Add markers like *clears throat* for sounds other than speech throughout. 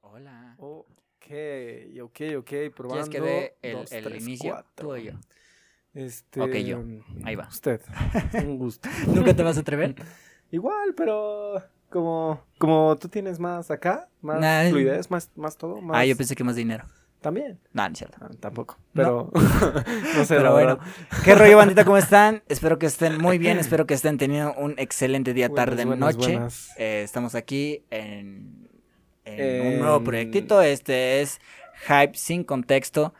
Hola. Ok, ok, ok, probando. ¿Quieres que dé el, Dos, el tres, inicio? cuatro. Tú o yo. Este, Ok, yo. Ahí va. Usted. Un gusto. *laughs* ¿Nunca te vas a atrever? Igual, pero como, como tú tienes más acá, más Nah. fluidez, más, más todo, *laughs* más. Ah, yo pensé que más dinero. También. No, no es cierto. Ah, tampoco. *laughs* Pero *laughs* no, sé, Pero la bueno, verdad. ¿qué rollo bandita? *laughs* ¿Cómo están? Espero que estén muy bien, espero que estén teniendo un excelente día, Buenas, tarde, buenas, noche. buenas. Eh, estamos aquí en, en En- un nuevo proyectito. Este es Hype sin contexto.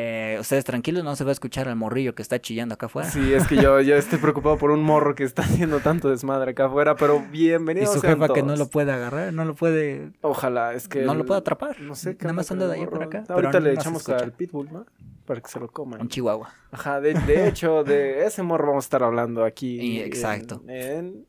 Eh, ustedes tranquilos, no se va a escuchar al morrillo que está chillando acá afuera. Sí, es que yo, yo estoy preocupado por un morro que está haciendo tanto desmadre acá afuera, pero *laughs* Y bienvenidos su sean jefa que no todos. lo puede agarrar, no lo puede, Ojalá, es que. no el- lo puede atrapar. No sé qué Nada onda más con anda el de allá para morro. acá. pero Ahorita le no se echamos escucha. al pitbull, ¿no? Para que se lo coma. Un chihuahua. Ajá, *laughs* de, de hecho, de ese morro vamos a estar hablando aquí. Y- exacto. En, en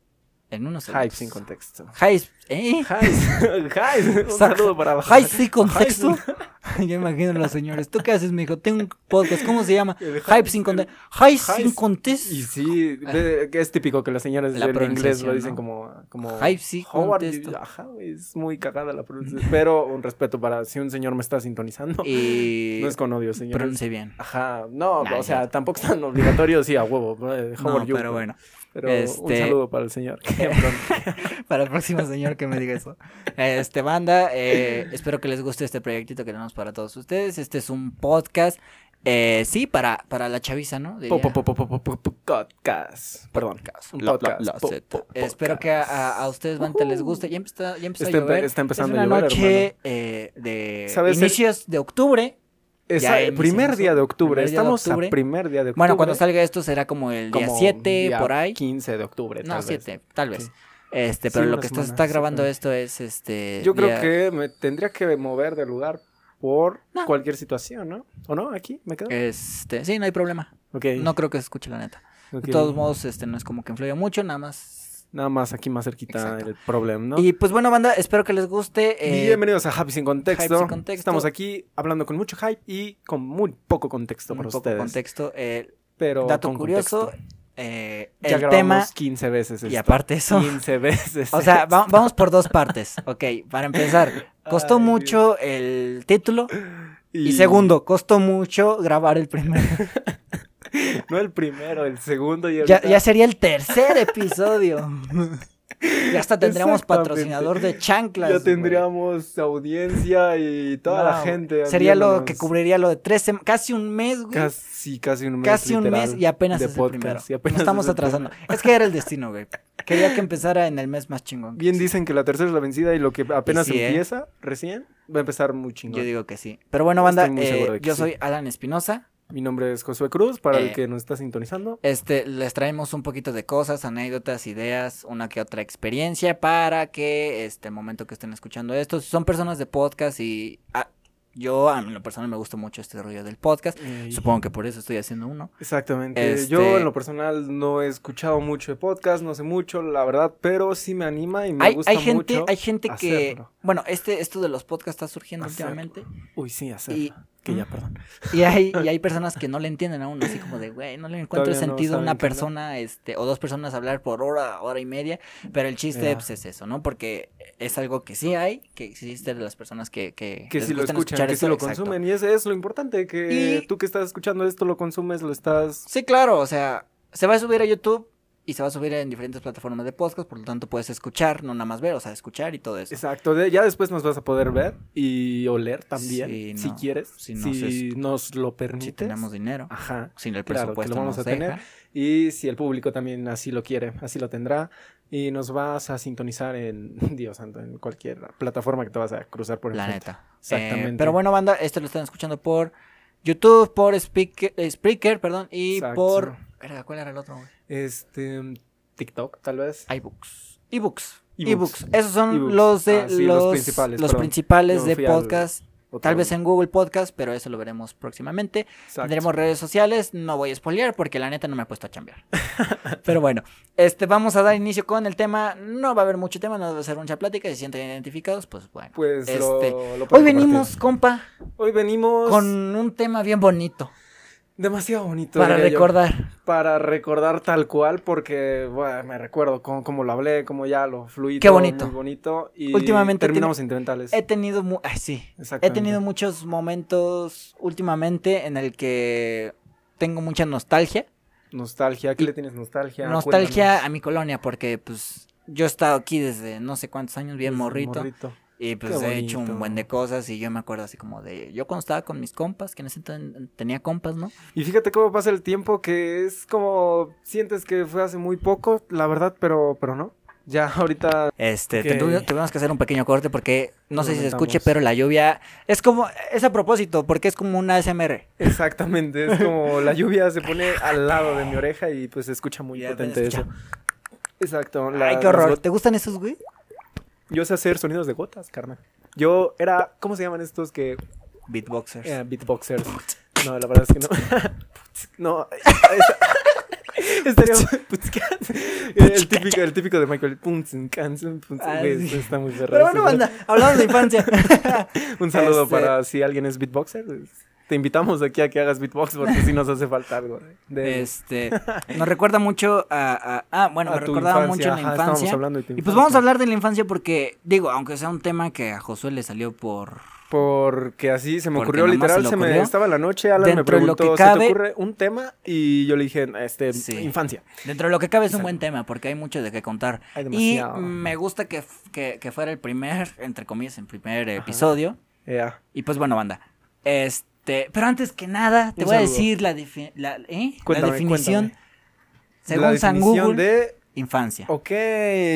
En unos Hype segundos. sin contexto. Hype, ¿eh? Hype, *laughs* hype, un Sac- saludo para Hype sin contexto. Hype *laughs* Yo imagino a los señores. ¿Tú qué haces, mijo? Tengo un podcast. ¿Cómo se llama? El Hype sin contexto. Hype sin Hype- contexto. Y sí, de- que es típico que las señoras La del inglés lo pronunciación, dicen ¿no? como, como Hype sí "Howard", contesto. y- Ajá, güey, es muy cagada la pronunciación. Pero un respeto para si un señor me *laughs* está sintonizando. Y no es con odio, señor. pronuncie eh, bien. Ajá, no, Nah, o sea, ya. tampoco es tan obligatorio, sí, a huevo. eh, how No, are you, pero güey. bueno. Pero un este- saludo para *laughs* el señor. que pronto- Para el próximo señor que me diga eso. Este, banda, eh, espero que les guste este proyectito que tenemos para todos ustedes. Este es un podcast, eh, sí, para, para la chaviza, ¿no? Diría. Po- po- po- po- po- po- po- po- Podcast. Perdón. Podcast. un La- la- podcast, la po- Z. po- Espero que a, a- a ustedes, banda, les guste. Ya empezó, ya empezó Está, a llover. empe- está empezando es una a llover, hermano. noche eh, de ¿Sabes? inicios de octubre. Esa- en primer marzo, día de octubre. primer día de Estamos octubre. a primer día de octubre. Bueno, cuando salga esto será como el día como 7, día por ahí. 15 de octubre, tal No, vez. 7, tal vez. Sí. Este, Sí, pero lo una que está, semana, está grabando exactamente. esto es este. Yo creo día- que me tendría que mover de lugar por No. cualquier situación, ¿no? ¿O no? ¿Aquí? ¿Me quedo? Este, sí, no hay problema. ok. No creo que se escuche la neta. ok. De todos modos, este no es como que influya mucho, nada más. Nada más aquí más cerquita Exacto. el problema, ¿no? Y pues bueno, banda, espero que les guste. eh, Bienvenidos a Happy Sin contexto. Hype Sin Contexto. Estamos aquí hablando con mucho hype y con muy poco contexto un para poco ustedes. contexto. eh, Pero dato con curioso, contexto. eh, Ya el tema. grabamos 15 veces Y esto. aparte eso. 15 veces. O *laughs* sea, esto. va- vamos por dos partes. Ok, para empezar, costó Ay, Dios. mucho el título. Y segundo, costó mucho grabar el *laughs* primero. No el primero, el segundo y el Ya, ya sería el tercer episodio. ya hasta tendríamos Exactamente. patrocinador de chanclas. Ya güey. tendríamos audiencia y toda la No, gente. Sería lo que viéndonos. cubriría lo de tres semanas, casi un mes, güey. Casi, Casi, casi un mes. un literal, mes y apenas de es el podcast, primero. y apenas Nos estamos es el atrasando. Es que era *laughs* el destino, güey. Quería que empezara en el mes más chingón. Bien dicen que la tercera es la vencida y lo que apenas sí, ¿eh? empieza, recién, va a empezar muy chingón. Yo digo que sí. Pero bueno, banda, Estoy muy eh, seguro de que yo sí. soy Alan Espinosa. Mi nombre es Josué Cruz, para Eh, el que nos está sintonizando. Este, les traemos un poquito de cosas, anécdotas, ideas, una que otra experiencia para que este el momento que estén escuchando esto, si son personas de podcast y ah, yo a mí en lo personal me gusta mucho este rollo del podcast. Eh, Supongo que por eso estoy haciendo uno. Exactamente. Este- Yo en lo personal no he escuchado mucho de podcast, no sé mucho, la verdad, pero sí me anima y me Hay, gusta hay gente, mucho. hay gente que hacerlo. bueno, este esto de los podcasts está surgiendo Hacerlo. últimamente Uy, sí, hacer. y Que ya, perdón. y hay, *laughs* y hay personas que no le entienden a uno, así como de, güey, no le encuentro Todavía no sentido a saben una qué onda. persona este, o dos personas hablar por hora, hora y media, pero el chiste Ya. pues, es eso, ¿no? Porque es algo que sí hay, que existe de las personas que, que, Que les si lo gustan escuchan, escuchar que si esto, lo exacto. consumen. Y ese es lo importante, que Y- tú que estás escuchando esto lo consumes, lo estás... Sí, claro, o sea, se va a subir a YouTube y se va a subir en diferentes plataformas de podcast, por lo tanto puedes escuchar, no nada más ver, o sea, escuchar y todo eso. Exacto, de- ya después nos vas a poder ver y oler también, Sí, si no. quieres, Si si nos nos, es- lo Si permites. tenemos dinero, Ajá, si el Ah, Claro, que lo presupuesto vamos nos a tener. deja. y si el público también así lo quiere, así lo tendrá. Y nos vas a sintonizar en, *laughs* Dios santo, en cualquier plataforma que te vas a cruzar por La enfrente. neta. Exactamente. Eh, pero bueno, banda, esto lo están escuchando por YouTube, por Speaker, eh, Spreaker, perdón, y Exacto. por. Verga, ¿Cuál era el otro? güey? Este, TikTok, tal vez. iBooks. Ebooks. Ebooks. Ebooks. Esos son Ebooks. los de Ah, sí, los, los los principales, principales, perdón. Yo me de fui al podcast. Otro- Tal vez en Google Podcast, pero eso lo veremos próximamente. Exacto. Tendremos redes sociales. No voy a spoilear porque la neta no me he puesto a chambear. *laughs* pero bueno, este vamos a dar inicio con el tema. No va a haber mucho tema, no va a ser mucha plática. Si se sienten identificados, pues bueno. Pues lo- Este, lo Hoy puedes venimos, compa, compartir. Hoy venimos con un tema bien bonito. Demasiado bonito. Para diría yo. recordar. Para recordar tal cual, porque bueno, me recuerdo cómo, cómo lo hablé, cómo ya lo fluí. Qué todo bonito. Muy bonito. Y Últimamente terminamos sentimentales. He tenido, mu- ay, sí. He Exactamente. tenido muchos momentos últimamente en el que tengo mucha nostalgia. Nostalgia. ¿Qué le tienes nostalgia? nostalgia ah, Cuéntanos. a mi colonia porque pues yo he estado aquí desde no sé cuántos años, bien Desde morrito. Y pues Qué he hecho un bonito. buen de cosas y yo me acuerdo así como de... Yo cuando estaba con mis compas, que en ese entonces tenía compas, ¿no? Y fíjate cómo pasa el tiempo, que es como sientes que fue hace muy poco, la verdad, pero, pero no. Ya ahorita Este, Ok. tendru- tuvimos que hacer un pequeño corte porque no Lo sé si se lamentamos. escuche, pero la lluvia es como, es a propósito, porque es como una SMR. Exactamente, es *laughs* como la lluvia se pone al lado de mi oreja y pues se escucha muy Ya, potente escucha. eso. Exacto. la- Ay, las qué horror. gotas. ¿Te gustan esos, güey? Yo sé hacer sonidos de gotas, carnal. Yo era, ¿cómo se llaman estos que Beatboxers. eh, beatboxers? No, la verdad es que no. *laughs* no. *laughs* esa- Estaría el típico, el típico de Michael. Pum, tsin, can, tsin, pum, tsin. Ah, Güey, sí. Está muy cerrado. Pero bueno, banda, hablamos de infancia. Un saludo Este- para si alguien es beatboxer. pues, Te invitamos aquí a que hagas beatbox porque si nos hace falta algo. *laughs* De, este, nos recuerda mucho a, a- ah, bueno, a me tu recordaba mucho infancia, a la ajá, infancia. estábamos hablando de tu Y pues vamos a infancia. hablar de la infancia porque, digo, aunque sea un tema que a Josué le salió por... Porque así se me Porque ocurrió, nomás literal, se le se me ocurrió. estaba en la noche, Alan me Dentro de lo preguntó, que cabe- ¿se te ocurre un tema? Y yo le dije, este, Sí. infancia. Dentro de lo que cabe es un Exacto. buen tema porque hay mucho de qué contar. Hay Y demasiado. me gusta que, f- que, que fuera el primer, entre comillas, el primer episodio. Ya. Y pues bueno, banda. Este, pero antes que nada, te Un voy a saludo. decir la, defi- la, ¿eh? La Cuéntame, definición, cuéntame. según la San definición Google, de... infancia. Ok,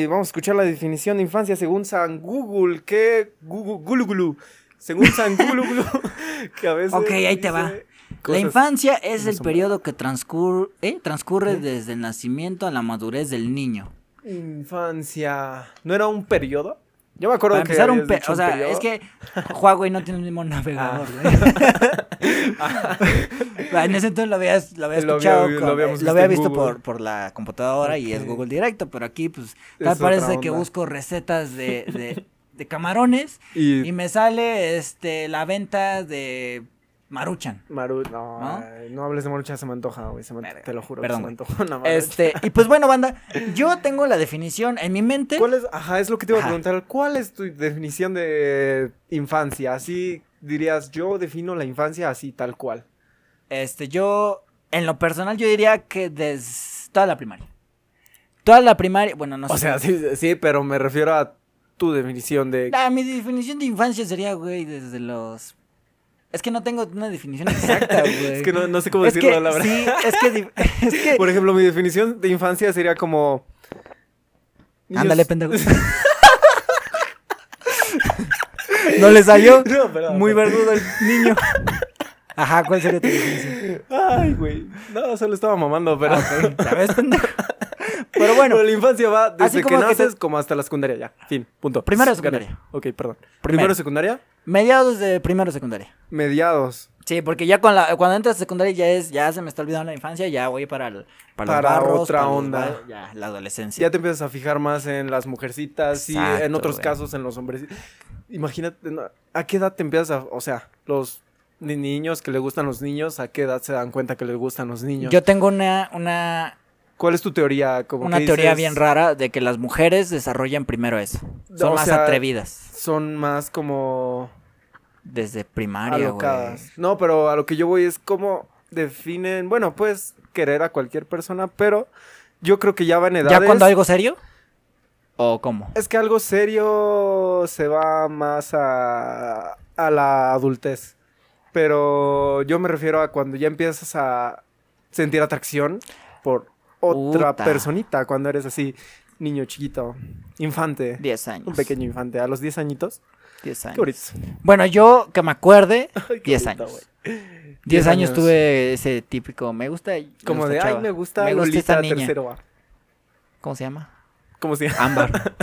vamos a escuchar la definición de infancia según San Google. ¿Qué? Google, Gulu, Gulu. Según San Google, *laughs* Gulu, que a veces Ok, ahí te va. dice La cosas- infancia es no el son periodo que transcur- ¿eh? transcurre desde el nacimiento a la madurez del niño. Infancia. ¿No era un periodo? Yo me acuerdo Para que empezar, un, habías pe- dicho o un sea, periodo. es *laughs* que Huawei no tiene el mismo navegador. güey. *laughs* en ese entonces lo habías, lo había Ah. Lo había- escuchado, con- eh, lo, lo habíamos visto había en visto Google. por, por la computadora y es Ok. Google Directo, pero aquí pues Es tal otra parece que onda. busco recetas de, de- de *laughs* camarones Y... y me sale este la venta de Maruchan. Maru, no, ¿No? ay, no hables de Marucha, se me antoja, güey, se me- Verga. te lo juro, Perdón, se güey. me antoja *laughs* una Marucha. Este, y pues bueno, banda, yo tengo la definición en mi mente. ¿Cuál es, ajá, es lo que te iba Ajá. a preguntar, ¿cuál es tu definición de infancia? Así dirías, yo defino la infancia así, tal cual. Este, yo, en lo personal, yo diría que desde toda la primaria. Toda la primaria, bueno, no O sé. sea, sí, sí, pero me refiero a tu definición de... *laughs* Ah, mi definición de infancia sería, güey, desde los... Es que no tengo una definición exacta, güey. *laughs* Es que no, no sé cómo Es decirlo, que, la verdad. Sí, es que... *laughs* di- Es que... Por ejemplo, mi definición de infancia sería como... niños- Ándale, *laughs* pendejo. no le *laughs* salió. No, pero- Muy verdudo el niño. Ajá, ¿cuál sería tu definición? Ay, güey. No, solo estaba mamando, pero... Ah, *laughs* Ok, ¿Sabes, pendejo? Pero bueno, Pero la infancia va desde que como que te- naces como hasta la secundaria, ya. Fin, punto. Primero de Gané. secundaria. Ok, perdón. Primero, Primero. secundaria, mediados de primero secundaria. mediados. Sí, porque ya con la, cuando entras a secundaria ya es, ya se me está olvidando la infancia, ya voy para el, para, los Para barros, otra para los onda. bar- ya, la adolescencia. Ya te empiezas a fijar más en las mujercitas y en Exacto, otros güey. casos en los hombres. Imagínate, ¿no? ¿a qué edad te empiezas a, o sea, los ni- niños que le gustan los niños, a qué edad se dan cuenta que les gustan los niños? Yo tengo una, una, ¿Cuál es tu teoría? Como una que teoría dices, bien rara de que las mujeres desarrollan primero eso. Son O más sea, atrevidas. Son más como Desde primaria, güey. alocadas. No, pero a lo que yo voy es cómo definen, bueno, pues querer a cualquier persona, pero yo creo que ya van edades. ¿Ya cuando algo serio? ¿O cómo? Es que algo serio se va más a, a la adultez. Pero yo me refiero a cuando ya empiezas a sentir atracción por otra Puta. personita, cuando eres así, niño chiquito, infante, 10 años. un pequeño infante, a los 10 añitos. 10 años. Qué bonito. Bueno, yo que me acuerde, Ay, qué 10 bonito, años. güey. 10 10 años años. tuve ese típico, me gusta. me Como gusta de, ay, chava. me gusta me gusta Lolita esta niña. tercero A. ¿Cómo se llama? ¿Cómo se llama? *laughs* Ámbar.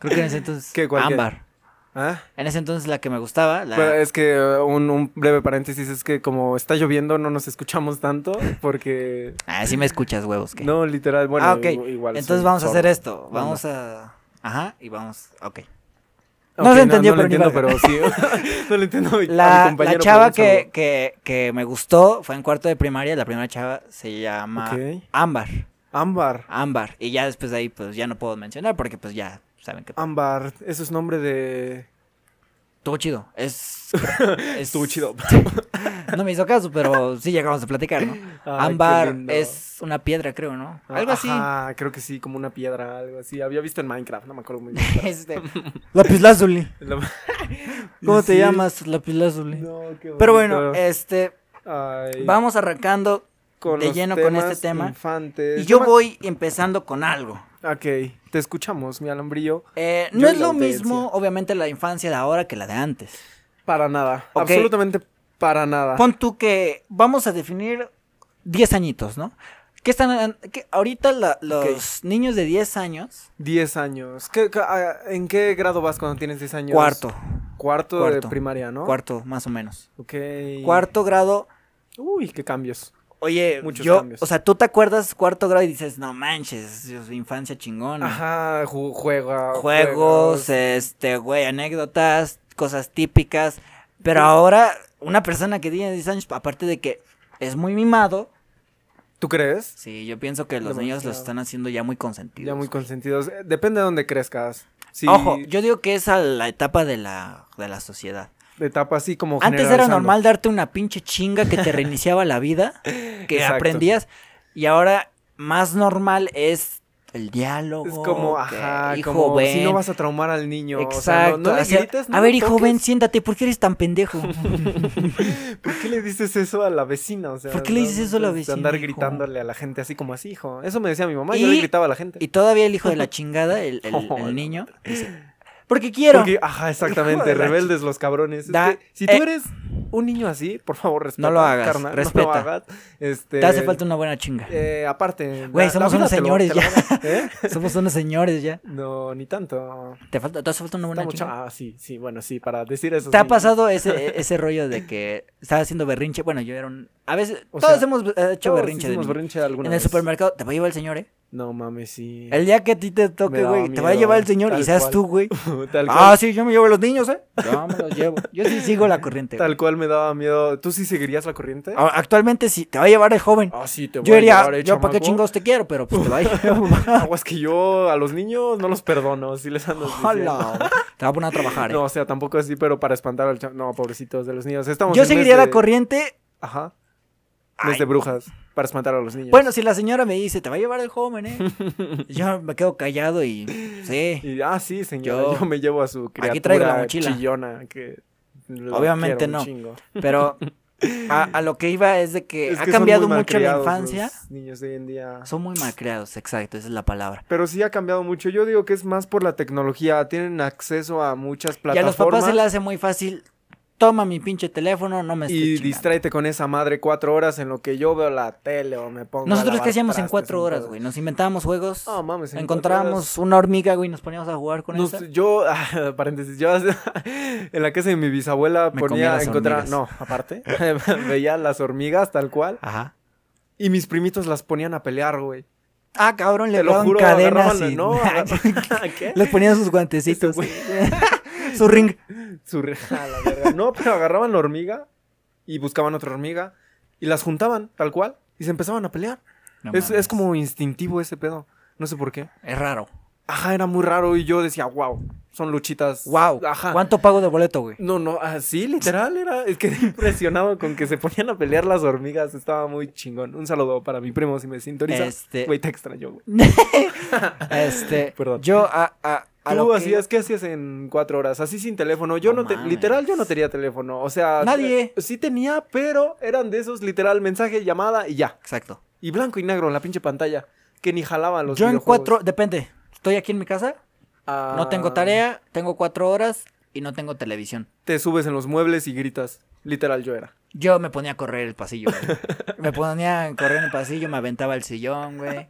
Creo que en ese entonces. ¿Qué, cuál, qué? Ámbar. Ah, En ese entonces la que me gustaba. La... pero es que eh, un, un breve paréntesis es que como está lloviendo no nos escuchamos tanto porque... Ah, sí me escuchas, huevos. ¿qué? No, literal, bueno, ah, ok. igu- igual. entonces soy vamos a sordo. hacer esto. Vamos a. Ajá, y vamos. Ok. No Ok, se entendió, no, pero ni lo verga. entiendo, pero sí. *laughs* no lo entiendo. a mi- a mi La, la compañero, chava pero un que, que, que me gustó fue en cuarto de primaria. La primera chava se llama saludo. Ok. Ámbar. Ámbar. Ámbar. Y ya después de ahí, pues ya no puedo mencionar porque, pues ya saben Ah, que. Ámbar. Eso es nombre de. Estuvo chido. Es. *laughs* es- Estuvo chido. No me hizo caso, pero sí llegamos a platicar, ¿no? Ay, qué Ámbar lindo. es una piedra, creo, ¿no? Algo así. Ajá, creo que sí, como una piedra, algo así. Había visto en Minecraft, no me acuerdo muy bien. *laughs* Este, lapislázuli. *laughs* La- *laughs* ¿Cómo te Sí. llamas? Lapislázuli. No, qué Pero bueno, bonito. este, Ay, vamos arrancando con de los lleno con este temas tema. Infantes. y yo me- voy empezando con algo. Ok, te escuchamos, mi alambrillo. Eh, Yo no y es lo la audiencia. mismo, obviamente, la infancia de ahora que la de antes. Para nada. Ok. Absolutamente para nada. Pon tú que vamos a definir 10 añitos, ¿no? ¿Qué están, qué- ahorita la- los niños de 10 años, 10 años. ¿Qué- qué- ah, ¿En qué grado vas cuando tienes 10 años? cuarto, Cuarto, Cuarto. de primaria, ¿no? cuarto más o menos. Ok. Cuarto grado, Uy, qué cambios. oye, Muchos yo, cambios. o sea, tú te acuerdas cuarto grado y dices, no manches, Dios, infancia chingona. Ajá, ju- juega. juegos, este, güey, anécdotas, cosas típicas. Pero ahora, una persona que tiene 10 años, aparte de que es muy mimado, ¿Tú crees? sí, yo pienso que los niños los Demasiado. están haciendo ya muy consentidos. Ya muy consentidos. Eh, Depende de dónde crezcas. Sí, Ojo, yo digo que es a la etapa de la, de la sociedad. etapa así como Antes era generalizando. normal darte una pinche chinga que te reiniciaba la vida, *laughs* que Exacto. aprendías, y ahora más normal es el diálogo. Es como, que, ajá, hijo, como si no ven, vas a traumar al niño. o sea, Exacto. no- no le así, grites, no a le ver, hijo, toques. ven, siéntate. ¿Por qué eres tan pendejo? *laughs* ¿Por qué le dices eso a la vecina? O sea, ¿Por qué le no- dices eso a la no puedes vecina, Andar hijo? gritándole a la gente así como así, hijo. Eso me decía mi mamá, yo le Y- gritaba a la gente. y todavía el hijo *laughs* de la chingada, el, el- el Oh, no. niño, dice, porque quiero. Porque, ajá, Hijo de exactamente, la rebeldes los cabrones. Es Da- que si tú eh. eres un niño así, por favor, respeta. No lo hagas, carnal, no respeta. lo hagas. Este, Te hace falta una buena chinga. eh, aparte. Güey, somos vida unos te señores te ya. da, *laughs* ¿eh? Somos unos señores ya. No, ni tanto. Te, falta, te hace falta una buena Estamos chinga. cha- Ah, sí, sí, bueno, sí, para decir eso. ¿Te ha sí. pasado *laughs* ese, ese rollo de que estás haciendo berrinche? Bueno, yo era un... A veces, O todos sea, hemos eh, hecho Todos berrinche. de hicimos niño. berrinche alguna en el vez. supermercado, te va a llevar el señor, ¿eh? No mames, sí. El día que a ti te toque, daba güey, te va a miedo, llevar el señor y tal seas cual. tú, güey. *laughs* Tal Ah, cual, sí, yo me llevo a los niños, ¿eh? Yo me los llevo. Yo sí sigo la corriente. güey. tal cual me daba miedo. ¿Tú sí seguirías la corriente? A- Actualmente sí, te va a llevar el joven. Ah, sí, te Ah, voy Yo a diría, llevar, eh, yo para qué chamaco. chingados te quiero, pero pues te va *laughs* a llevar. *laughs* Aguas que yo a los niños no los perdono, si les *laughs* ando diciendo. Ojalá. Te va a poner a trabajar. ¿eh? No, o sea, tampoco así, pero para espantar al chavo. No, pobrecitos de los niños. Estamos Yo en mes seguiría la de- corriente. Ajá. Ay. Mes este de brujas. Para espantar a los niños. Bueno, si la señora me dice, te va a llevar el joven, *laughs* ¿eh? Yo me quedo callado y. Sí. Y, ah, sí, señora. Yo- Yo, me llevo a su criatura Aquí traigo la mochila. chillona que lo Obviamente quiero un no. chingo. Pero a, a lo que iba es de que Es Eh, ha que son cambiado muy mucho la malcriados infancia. los niños de hoy en día. Son muy malcriados, exacto, esa es la palabra. Pero sí ha cambiado mucho. Yo digo que es más por la tecnología. Tienen acceso a muchas Y a los plataformas. papás se le hace muy fácil. Toma mi pinche teléfono, no me estés Y chingando". distráete con esa madre cuatro horas en lo que yo veo la tele o me pongo. a Nosotros lavar qué hacíamos en trastes, cuatro un horas, pedo. güey. Nos inventábamos juegos. No mames. en cuatro horas- encontrábamos una hormiga, güey, y nos poníamos a jugar con No, esa. yo, *laughs* ah, paréntesis, yo *laughs* en la casa de mi bisabuela Me comía ponía las encontrar, hormigas. no, aparte, *laughs* veía las hormigas tal cual Ajá. y mis primitos las ponían a pelear, güey. Ah, cabrón, le Te lo daban juro, cadenas agarraban- y... *laughs* no, *laughs* ¿qué? Les ponían sus guantecitos. Este Su ring. Su re- a la verga. No, pero agarraban la hormiga y buscaban otra hormiga y las juntaban tal cual y se empezaban a pelear. *laughs* es, es como instintivo ese pedo, no sé por qué. Es raro. Ajá, era muy raro y yo decía, wow, son luchitas. Wow. Ajá. ¿Cuánto pago de boleto, güey? No, no, así literal era. Es que *laughs* impresionado con que se ponían a pelear las hormigas. Estaba muy chingón. Un saludo para mi primo si me sintoniza. Este- Güey, te extraño, güey. Este. *laughs* Perdón. Yo a, a, a lo Tú que- hacías, ¿qué hacías en cuatro horas? Así sin teléfono. Yo No no, te, mames. literal, yo no tenía teléfono. O sea, Nadie. eh, Sí tenía, pero eran de esos, literal, mensaje, llamada y ya. Exacto. Y blanco y negro en la pinche pantalla. Que ni jalaban los Yo en videojuegos. cuatro. Depende. Estoy aquí en mi casa, Ah, no tengo tarea, tengo cuatro horas y no tengo televisión. Te subes en los muebles y gritas. Literal, yo era. Yo me ponía a correr el pasillo. *laughs* güey. me ponía a correr en el pasillo, me aventaba el sillón, güey.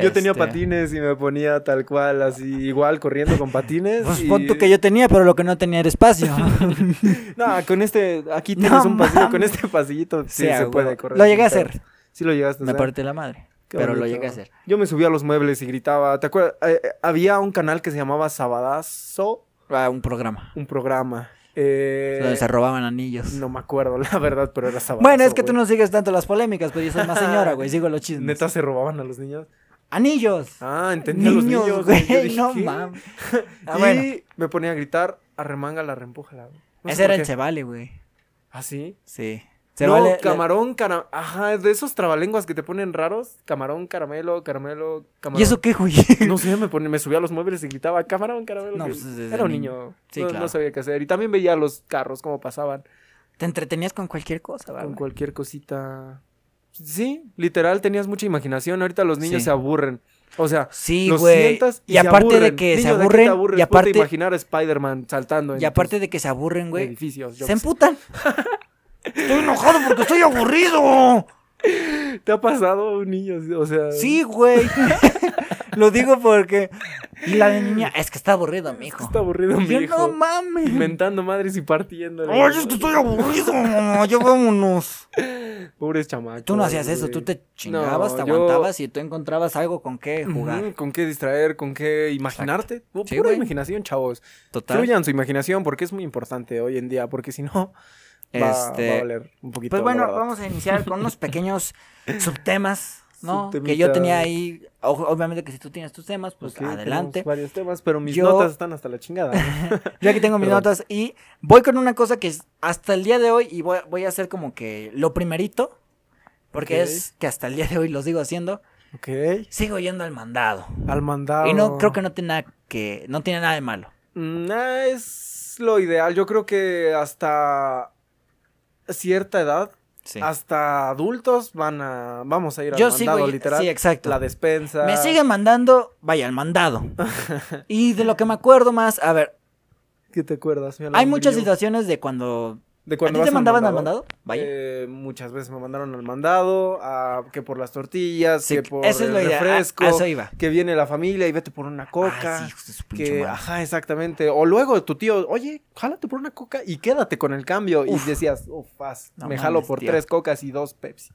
Yo tenía Este, patines y me ponía tal cual, así, igual, corriendo con patines. Pues y- pon tú que yo tenía, pero lo que no tenía era *laughs* espacio. No, con este, aquí No tienes un pasillo, con mames. este pasillito sí, Sí, a se huevo. puede correr. Lo llegué a sin pedos. hacer. Sí lo llegaste a me hacer. partí la madre. Qué pero lo bonito. llegué a hacer. Yo me subía a los muebles y gritaba, ¿te acuerdas? Eh, eh, había un canal que se llamaba Sabadazo Ah, un programa. un programa. Eh, donde se robaban anillos. No me acuerdo, *laughs* la verdad, pero era sabadazo, bueno, es que tú güey. no sigues tanto las polémicas, pero yo soy más señora, *laughs* güey. Sigo los chismes. Neta se robaban a los niños. ¡Anillos! Ah, entendí niños, a los niños. güey. Yo dije, no ¿qué? mames. *laughs* Ah, y bueno. me ponía a gritar, arremángala, reempújala. güey. No sé Ese Pues, por era el qué. Chevale, güey. ¿Ah, sí? Sí. no, Chevale- camarón, cara... Ajá, de esos trabalenguas que te ponen raros. Camarón, caramelo, caramelo, camarón. ¿Y eso qué, güey? No sé, me, ponía, me subía a los muebles y gritaba, camarón, caramelo. No, que- pues, desde era un niño. niño. Sí, no, no claro. sabía qué hacer. Y también veía los carros cómo pasaban. Te entretenías con cualquier cosa, ¿verdad? Con cualquier cosita. Sí, literal, tenías mucha imaginación. Ahorita los niños Sí. se aburren. O sea, Sí, los güey. sientas Y, se aparte de aburren. que se Niño, ¿de qué te aburren, aburres? y Ponte a aparte, imaginar a Spider-Man saltando en y aparte de que se aburren, tus güey, edificios. yo se qué sé. *laughs* emputan. estoy enojado porque estoy aburrido. ¿Te ha pasado un niño? O sea, Sí, güey. *laughs* Lo digo porque. Y la de niña, es que está aburrido, mijo. está aburrido mi Yo hijo. no mames. Inventando madres y partiendo. Ay, es que estoy aburrido, mamá. Ya vámonos. Pobres chamacos. Tú no hacías eso, güey. tú te chingabas, te No, yo- aguantabas y tú encontrabas algo con qué jugar. Ujú, ¿Con qué distraer? ¿Con qué imaginarte? Oh, Sí, pura güey. imaginación, chavos. Total. Fluyan su imaginación porque es muy importante hoy en día, porque si no, va, Este, va a valer un poquito. Pues la bueno, verdad. vamos a iniciar con *laughs* unos pequeños subtemas, ¿no? Que Subtemitas. yo tenía ahí. o- Obviamente que si tú tienes tus temas, pues Ok, adelante. tenemos varios temas, pero mis Yo- notas están hasta la chingada. *laughs* Yo aquí tengo mis Perdón. notas y voy con una cosa que es hasta el día de hoy y voy, voy a hacer como que lo primerito, porque Ok. es que hasta el día de hoy lo sigo haciendo. ok. Sigo yendo al mandado. Al mandado. Y no creo que no tiene nada que no tiene nada de malo. Mm, ah, es lo ideal. Yo creo que hasta cierta edad, Sí. hasta adultos van a... Vamos a Ah, ir al Yo sigo mandado, y- literal. sí, exacto. La despensa. Me siguen mandando, vaya, al *laughs* mandado. y de lo que me acuerdo más, a ver, ¿Qué te acuerdas? mi hay muchas alambrillo? situaciones de cuando De ¿A ti vas te mandaban al mandado? Vaya. Eh, muchas veces me mandaron al mandado, a- que por las tortillas, Sí, que por esa es el la idea. A- refresco, ah, a eso iba. que viene la familia y vete por una Ah, coca. sí, hijos de su pinche que, madre. ajá, exactamente. O luego tu tío, oye, jálate por una coca y quédate con el cambio. Uf. y decías, oh, faz, No me mames, jalo por tío. tres cocas y dos pepsis.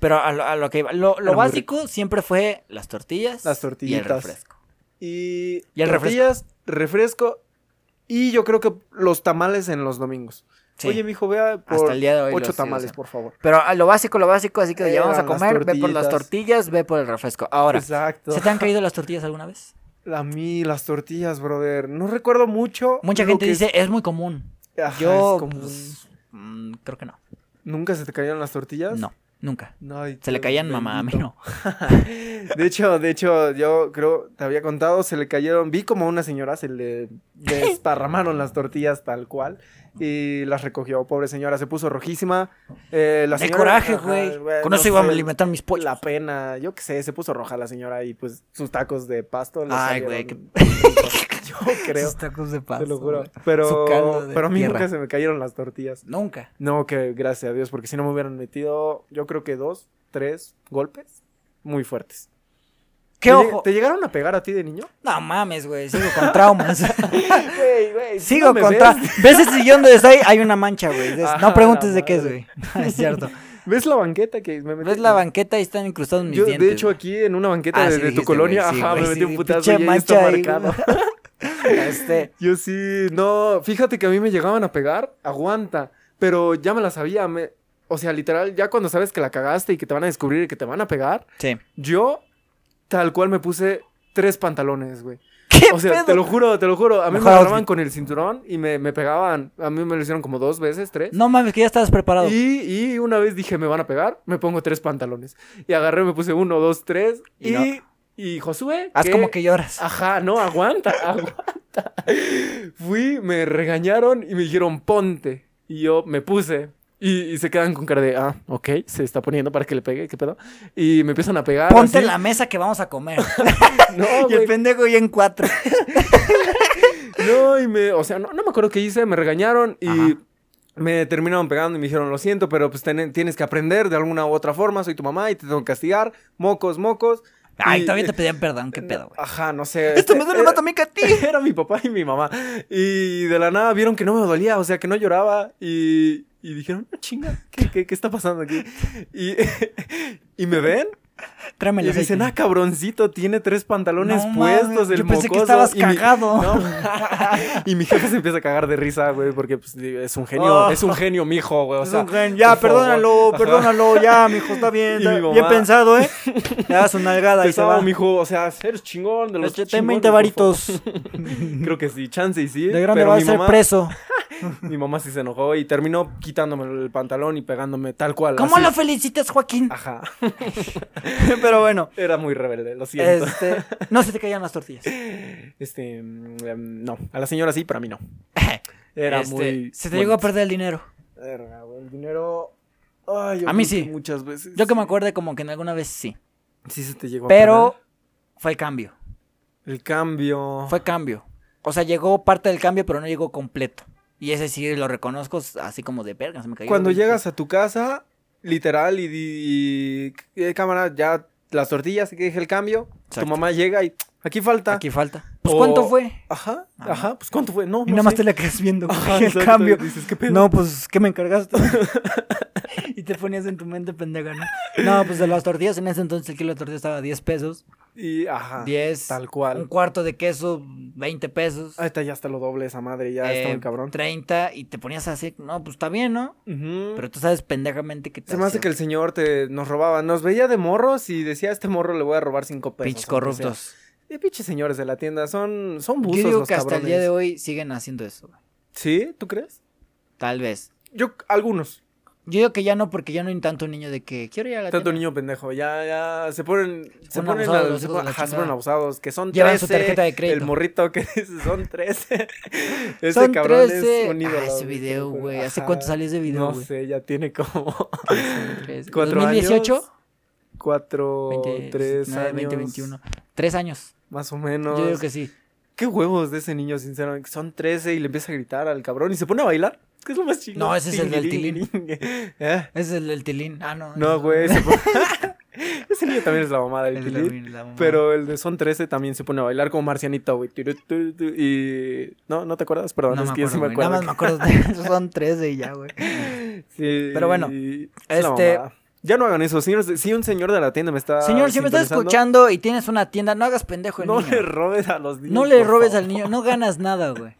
Pero a lo, a lo que iba. Lo, lo Era muy básico siempre fue las tortillas. Las Y tortillitas. el refresco. Y, Y el refresco. tortillas, refresco. Y yo creo que los tamales en los domingos. Sí. Oye, mijo, vea por Hasta el día de hoy. lo ocho sigo tamales, haciendo. por favor. Pero a lo básico, lo básico, así que ya vamos a Eran las comer, ve por las tortillitas. tortillas, ve por el refresco. Ahora, Exacto. ¿se te han caído las tortillas alguna *laughs* vez? A mí, las tortillas, brother. No recuerdo mucho. Mucha lo gente que- dice, es muy común. Ajá, Yo, es como- pues, mm, creo que no. ¿Nunca se te caían las tortillas? No, nunca. Ay, Se le Dios caían mamá, a mí *laughs* bendito. *laughs* no. De hecho, de hecho, yo creo, te había contado, se le cayeron, vi como a una señora se le desparramaron las tortillas tal cual y las recogió, pobre señora, se puso rojísima. Eh, la De señora- coraje, ajá, güey. bueno, Con eso iba a sé, pues, alimentar mis pollos. La pena, yo qué sé, se puso roja la señora y pues sus tacos de pasto. le Ay, güey, salieron ricos. *laughs* Yo creo. Esos tacos de paso. Te lo juro. güey. Su caldo Pero, de pero a mí tierra. nunca se me cayeron las tortillas. Nunca. No, que gracias a Dios, porque si no me hubieran metido, yo creo que dos, tres golpes muy fuertes. ¿Qué ¿Te lleg- ojo? ¿Te llegaron a pegar a ti de *laughs* niño? No mames, güey. Sigo con *laughs* *laughs* traumas. Güey, güey. *laughs* Sigo con traumas. ¿Ves el sillón donde estoy? Hay una mancha, güey. Des- Ah, No preguntes la de qué es, madre. güey. *laughs* es cierto. *laughs* ¿Ves la banqueta que me metí? ¿Ves la banqueta? Ahí están incrustados mis Yo, dientes. de hecho, güey. aquí en una banqueta Ah, sí de, de tu dijiste, colonia, güey, sí, ajá, güey, me sí, metí un pinche putazo y ahí mancha está ahí, marcado. güey. este, *laughs* Yo sí, no, fíjate que a mí me llegaban a pegar, aguanta, pero ya me la sabía, me- o sea, literal, ya cuando sabes que la cagaste y que te van a descubrir y que te van a pegar, sí. yo tal cual me puse tres pantalones, güey. ¿Qué O sea, pedo? te lo juro, te lo juro, a mí Mejor me agarraban outfit. con el cinturón y me, me pegaban, a mí me lo hicieron como dos veces, tres. No mames, que ya estabas preparado. Y, y una vez dije, me van a pegar, me pongo tres pantalones. Y agarré, me puse uno, dos, tres. Y Y, no. y Josué. Haz como que lloras. Ajá, no, aguanta, *laughs* aguanta. Fui, me regañaron y me dijeron, ponte. Y yo me puse. Y, y se quedan con cara de, ah, ok, se está poniendo para que le pegue, qué pedo. Y me empiezan a pegar. Ponte en así. la mesa que vamos a comer. *laughs* *laughs* y No, el Ah, güey. pendejo ya en *laughs* cuatro. No, y me, o sea, no, no me acuerdo qué hice, me regañaron y Ajá. me terminaron pegando y me dijeron, lo siento, pero pues ten- tienes que aprender de alguna u otra forma, soy tu mamá y te tengo que castigar, mocos, mocos. Ay, Y- todavía te pedían perdón. ¿Qué pedo, güey? Ajá, no sé. *laughs* Esto me este, duele era- más a mí que a ti. *laughs* Era mi papá y mi mamá. Y de la nada vieron que no me dolía, o sea, que no lloraba. "Ah, *laughs* Y, y dijeron, no chinga, ¿qué, qué, qué está pasando aquí? Y, y me ven *laughs* Tráeme el Y dicen, ah, aceite. cabroncito, tiene tres pantalones No puestos mames, el yo pensé que mocoso". estabas Y mi- cagado. *laughs* *laughs* No. y mi jefe se empieza a cagar de risa, güey, porque pues, digo, es un genio, Oh. es un genio, mijo, güey. O sea, ya, por favor. perdónalo, Ajá. perdónalo, ya, mijo, está bien, *laughs* Y mi está mamá- bien pensado, *laughs* ¿eh? Le das una nalgada y se Pesado, va. mijo, o sea, eres chingón de los Échate chingones, 20 por *laughs* varitos. favor. *laughs* Creo que sí, chance y sí. De grande pero va a mi ser mamá, *laughs* preso. Mi mamá sí se enojó y terminó quitándome el pantalón y pegándome tal cual. ¿Cómo así. lo felicitas, Joaquín? Ajá. *laughs* *laughs* Pero bueno, Era muy rebelde, lo siento. este, no se te caían las tortillas. Este, mm, em, no, a la señora sí, *laughs* para mí no. *laughs* Era Este, muy... Se te llegó a bueno. perder el dinero. Verga, güey, el dinero... Ay, yo A mí creo que sí. Muchas veces. Yo que me acuerde como que en alguna vez sí. Sí se te llegó a Pero fue cambio. perder. El cambio... Fue cambio. O sea, llegó parte del cambio, pero no llegó completo. Y ese sí lo reconozco así como de verga, se me cayó. Cuando güey". llegas a tu casa, literal, y, di- y- eh, cámara, ya las tortillas, que dije el cambio, Exacto. tu mamá llega y aquí falta. Aquí falta. Pues O- ¿cuánto fue? Ajá, Ajá. ajá, pues ¿cuánto fue? No, Y no nada más sé. te la quedas viendo, güey, *laughs* *laughs* Ajá, el exacto, cambio. y dices, ¿qué pedo? No, pues, ¿qué me encargaste? *laughs* y te ponías en tu mente pendeja, ¿no? No, pues de las tortillas, en ese entonces el kilo de tortillas estaba a 10 pesos. Y ajá, 10. Ah, tal Un cual. cuarto de queso, 20 pesos. Ahí está, ya hasta lo doble esa madre, ya está eh, muy cabrón. 30 y te ponías así, no, pues está bien, ¿no? Ujú. Pero tú sabes pendejamente que te Se me hace hacía, que el señor te nos robaba, nos veía de morros y decía, a este morro le voy a robar cinco pesos. pinches aunque sea". corruptos. Y pinches señores de la tienda, son, son Yo buzos digo los que hasta el día de cabrones. hoy siguen haciendo eso, güey. ¿Sí? ¿Tú crees? Tal vez. Yo, algunos. Yo digo que ya no, porque ya no hay tanto niño de que quiero ir a la Tanto tienda". niño pendejo, ya, ya, se ponen, se, ponen ponen, abusados al- los se hijos de la ponen- ajá, se chingada. ponen abusados, que son Llevan su 13, tarjeta de crédito. el morrito que *laughs* dice, son *laughs* 13, ese Son cabrón 13. es un ídolo. Ah, ese güey, te video, lo juro. güey. ¿Hace Ajá. cuánto salió ese video, No güey? sé, ya tiene como Tres- cuatro ¿2018? años, *laughs* 4, 20, 3 19, años, 20, 21. Tres años. más o menos. Yo digo que sí. Qué huevos de ese niño, sinceramente. que Son 13 y le empieza a gritar al cabrón y se pone a bailar. ¿Qué es lo más chido? No, ese es el del Tingiringi. *laughs* ¿Eh? Ese es el del tilín. Ah, no. No, *laughs* güey. se pone- *laughs* ese niño también es la mamada ese es del el Tilín. del- la mamá. Pero el de Son 13 también se pone a bailar como marcianito, güey. Tiru, tu, tu, Y. No, ¿no te acuerdas? Perdón, No es me que yo sí me acuerdo, güey. Nada acuerdo. más me acuerdo de Son tres de ya, *laughs* güey. que- Sí, Pero bueno, y- este- es la mamada. Ya no hagan eso. Señores, si un señor de la tienda me está. Señor, si me estás Ah, sintonizando, escuchando y tienes una tienda, no hagas pendejo al No niño. le robes a los niños. no le por robes favor. al niño, no ganas nada, güey.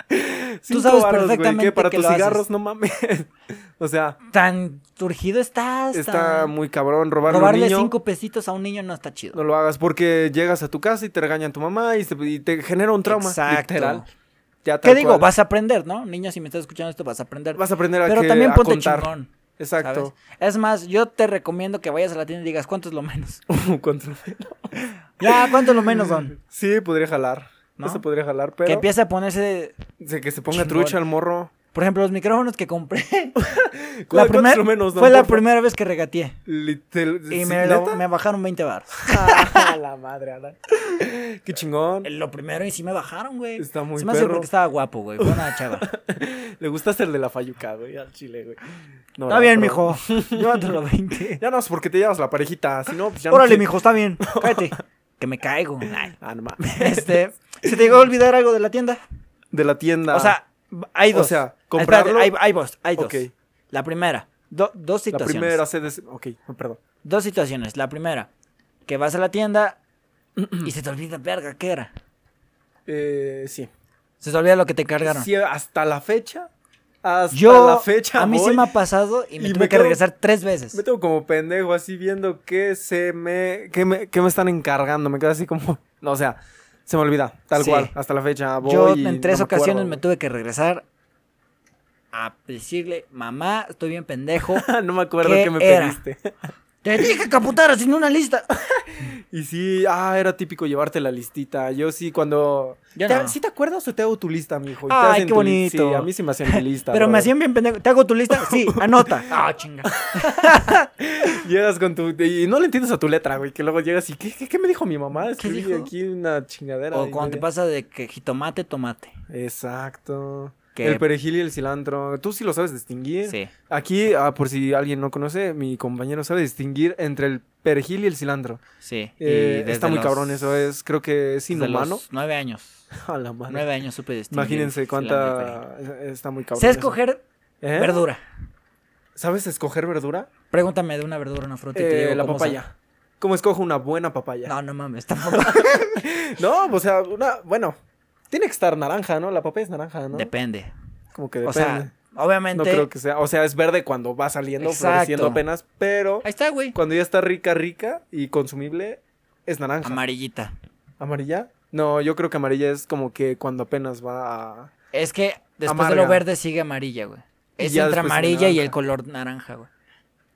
Cinco sabes varos, güey, perfectamente que para que tus lo haces. cigarros, no mames. *laughs* o sea. Tan turgido estás. Está tan- muy cabrón robarle, a un Robarle niño. cinco pesitos a un niño no está chido. No lo hagas porque llegas a tu casa y te regaña tu mamá y, se- y te genera un trauma. Exacto. Literal. Ya ¿Qué tal digo? cual. Vas a aprender, ¿no? Niño, si me estás escuchando esto, vas a aprender. Vas a aprender a, Pero que- también a ponte contar. chingón. Exacto. ¿sabes? Es más, yo te recomiendo que vayas a la tienda y digas, ¿cuánto es lo menos? *laughs* *laughs* Contra- Ya, ¿cuánto es lo menos son? Sí, podría jalar. ¿No? Eso podría jalar, pero. Que empiece a ponerse, de que se ponga Chingón. trucha al morro. por ejemplo, los micrófonos que compré. la *laughs* ¿Cuál- cuánto primer- es lo menos, don fue la Porfa? primera vez que regateé. Literal- Y ¿sí, me, lo- *laughs* neta? me bajaron 20 bar. Ah, la madre, Ana. Qué chingón. Lo primero y sí me bajaron, güey. Está muy Se me hace perro. porque estaba guapo, güey. Fue una chava. Le gusta el de la falluca, güey, al chile, güey. *laughs* No, está no, bien, pero- mijo. Llévatelo 20. *laughs* Ya no es porque te llevas la parejita, si no, pues ya no Órale, te- mijo, está *laughs* bien. Cállate. Que me caigo. Ay. Ah, no *laughs* mames. Este, ¿se te llegó a olvidar algo de la tienda? De la tienda. O sea, hay Ah. O dos. sea, Espérate, comprarlo- hay, hay dos, hay dos. Ok. La primera, do- dos la situaciones. primera sede. es- Ok, oh, perdón. Dos situaciones. La primera, que vas a la tienda y se te olvida, verga, ¿qué era? Eh, sí. Se te olvida lo que te cargaron. Sí, hasta la fecha. Hasta Yo, la fecha. a mí voy, sí me ha pasado y me y tuve me que quedo- regresar tres veces. Me tengo como pendejo así viendo qué se me. qué me, qué me están encargando. Me quedo así como. No, o sea, se me olvida. Tal Sí. cual. Hasta la fecha. Voy Yo y en tres no me ocasiones me *laughs* acuerdo, tuve que regresar a decirle, mamá, estoy bien *laughs* pendejo. güey. Ah, no me acuerdo ¿Qué qué, me era? pediste. *laughs* Te dije que aputaras sin una lista. Y sí, ah, era típico llevarte la listita. Yo sí, cuando. Yo ¿Te- no. ¿Sí te acuerdas o te hago tu lista, mijo? Y te Ay, hacen qué tu li- bonito. Sí, a mí sí me hacían mi lista. *laughs* Pero me brother. hacían bien pendejo. ¿Te hago tu lista? *laughs* Sí, anota. Ah, chinga. Llegas con tu. Y no le entiendes a tu letra, güey. Que luego llegas y. ¿Qué, qué, qué me dijo mi mamá? Escribí dijo? aquí una chingadera. O y cuando te media. pasa de que jitomate, tomate. Exacto. Que- El perejil y el cilantro. Tú sí lo sabes distinguir. Sí. Aquí, ah, por si alguien no conoce, mi compañero sabe distinguir entre el perejil y el cilantro. Sí. Eh, y desde está muy los- cabrón eso. es Creo que es desde inhumano. los Nueve años. *laughs* A la madre. Nueve años supe distinguir. Imagínense cilantro y perejil. cuánta. Está muy cabrón. Sé eso. escoger ¿Eh? verdura. ¿Sabes escoger verdura? Pregúntame de una verdura, una fruta. y te Eh, digo la cómo papaya. sabe. ¿Cómo escojo una buena papaya? No, no mames, tampoco. *laughs* No, pues, o sea, una, bueno, tiene que estar naranja, ¿no? La papaya es naranja, ¿no? Depende. Como que O depende. sea, obviamente. no creo que sea, o sea, es verde cuando va saliendo, Exacto. floreciendo apenas, pero Ahí está, güey. cuando ya está rica, rica y consumible, es naranja. Amarillita. ¿Amarilla? No, yo creo que amarilla es como que cuando apenas va a... Es que después Amarga. de lo verde sigue amarilla, güey. Y Es ya entre después sigue amarilla y el naranja. color naranja, güey.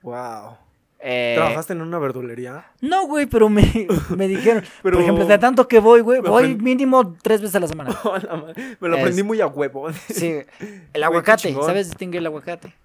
Wow. Eh, ¿Trabajaste en una verdulería? *laughs* No, güey, pero me, me dijeron. Pero- Por ejemplo, de tanto que voy, güey, Me voy aprend- mínimo tres veces a la *laughs* semana. Oh, la ma- Me lo aprendí Es- muy a huevo. Sí. El qué aguacate, chingón. ¿sabes distinguir el aguacate?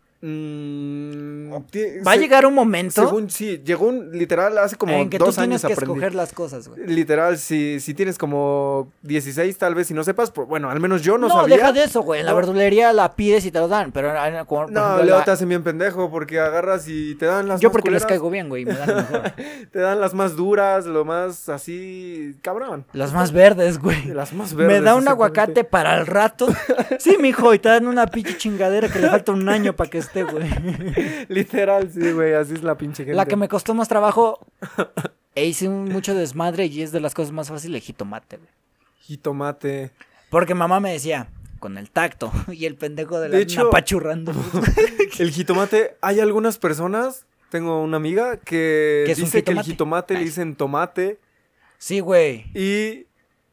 Mm, ti- Va a se- llegar un momento Según sí, llegó un literal hace como en que tú dos tienes años que aprendí. escoger las cosas, güey. Literal, si, si tienes como 16 tal vez y no sepas, pues, bueno, al menos yo no, No, sabía. deja de eso, güey. En la No. verdulería la pides y te lo dan, pero ah, como, por No, ejemplo, luego la- te hacen bien pendejo porque agarras y te dan las yo más porque les culeras, caigo bien, güey, y me dan lo *laughs* mejor. Te dan las más duras, lo más así, cabrón. Las más verdes, güey. Las más verdes. Me da un exactamente. aguacate para el rato. Sí, mijo, y te dan una pinche chingadera que le falta un año para que esté, güey. *laughs* Literal, sí, güey, así es la pinche gente. La que me costó más trabajo e hice un- mucho desmadre y es de las cosas más fáciles, jitomate, güey. Jitomate. Porque mamá me decía, con el tacto *laughs* y el pendejo de la De niña hecho- apachurrando. El jitomate, hay algunas personas, tengo una amiga que ¿Qué es un dice que el jitomate? jitomate le dicen tomate Sí, güey. y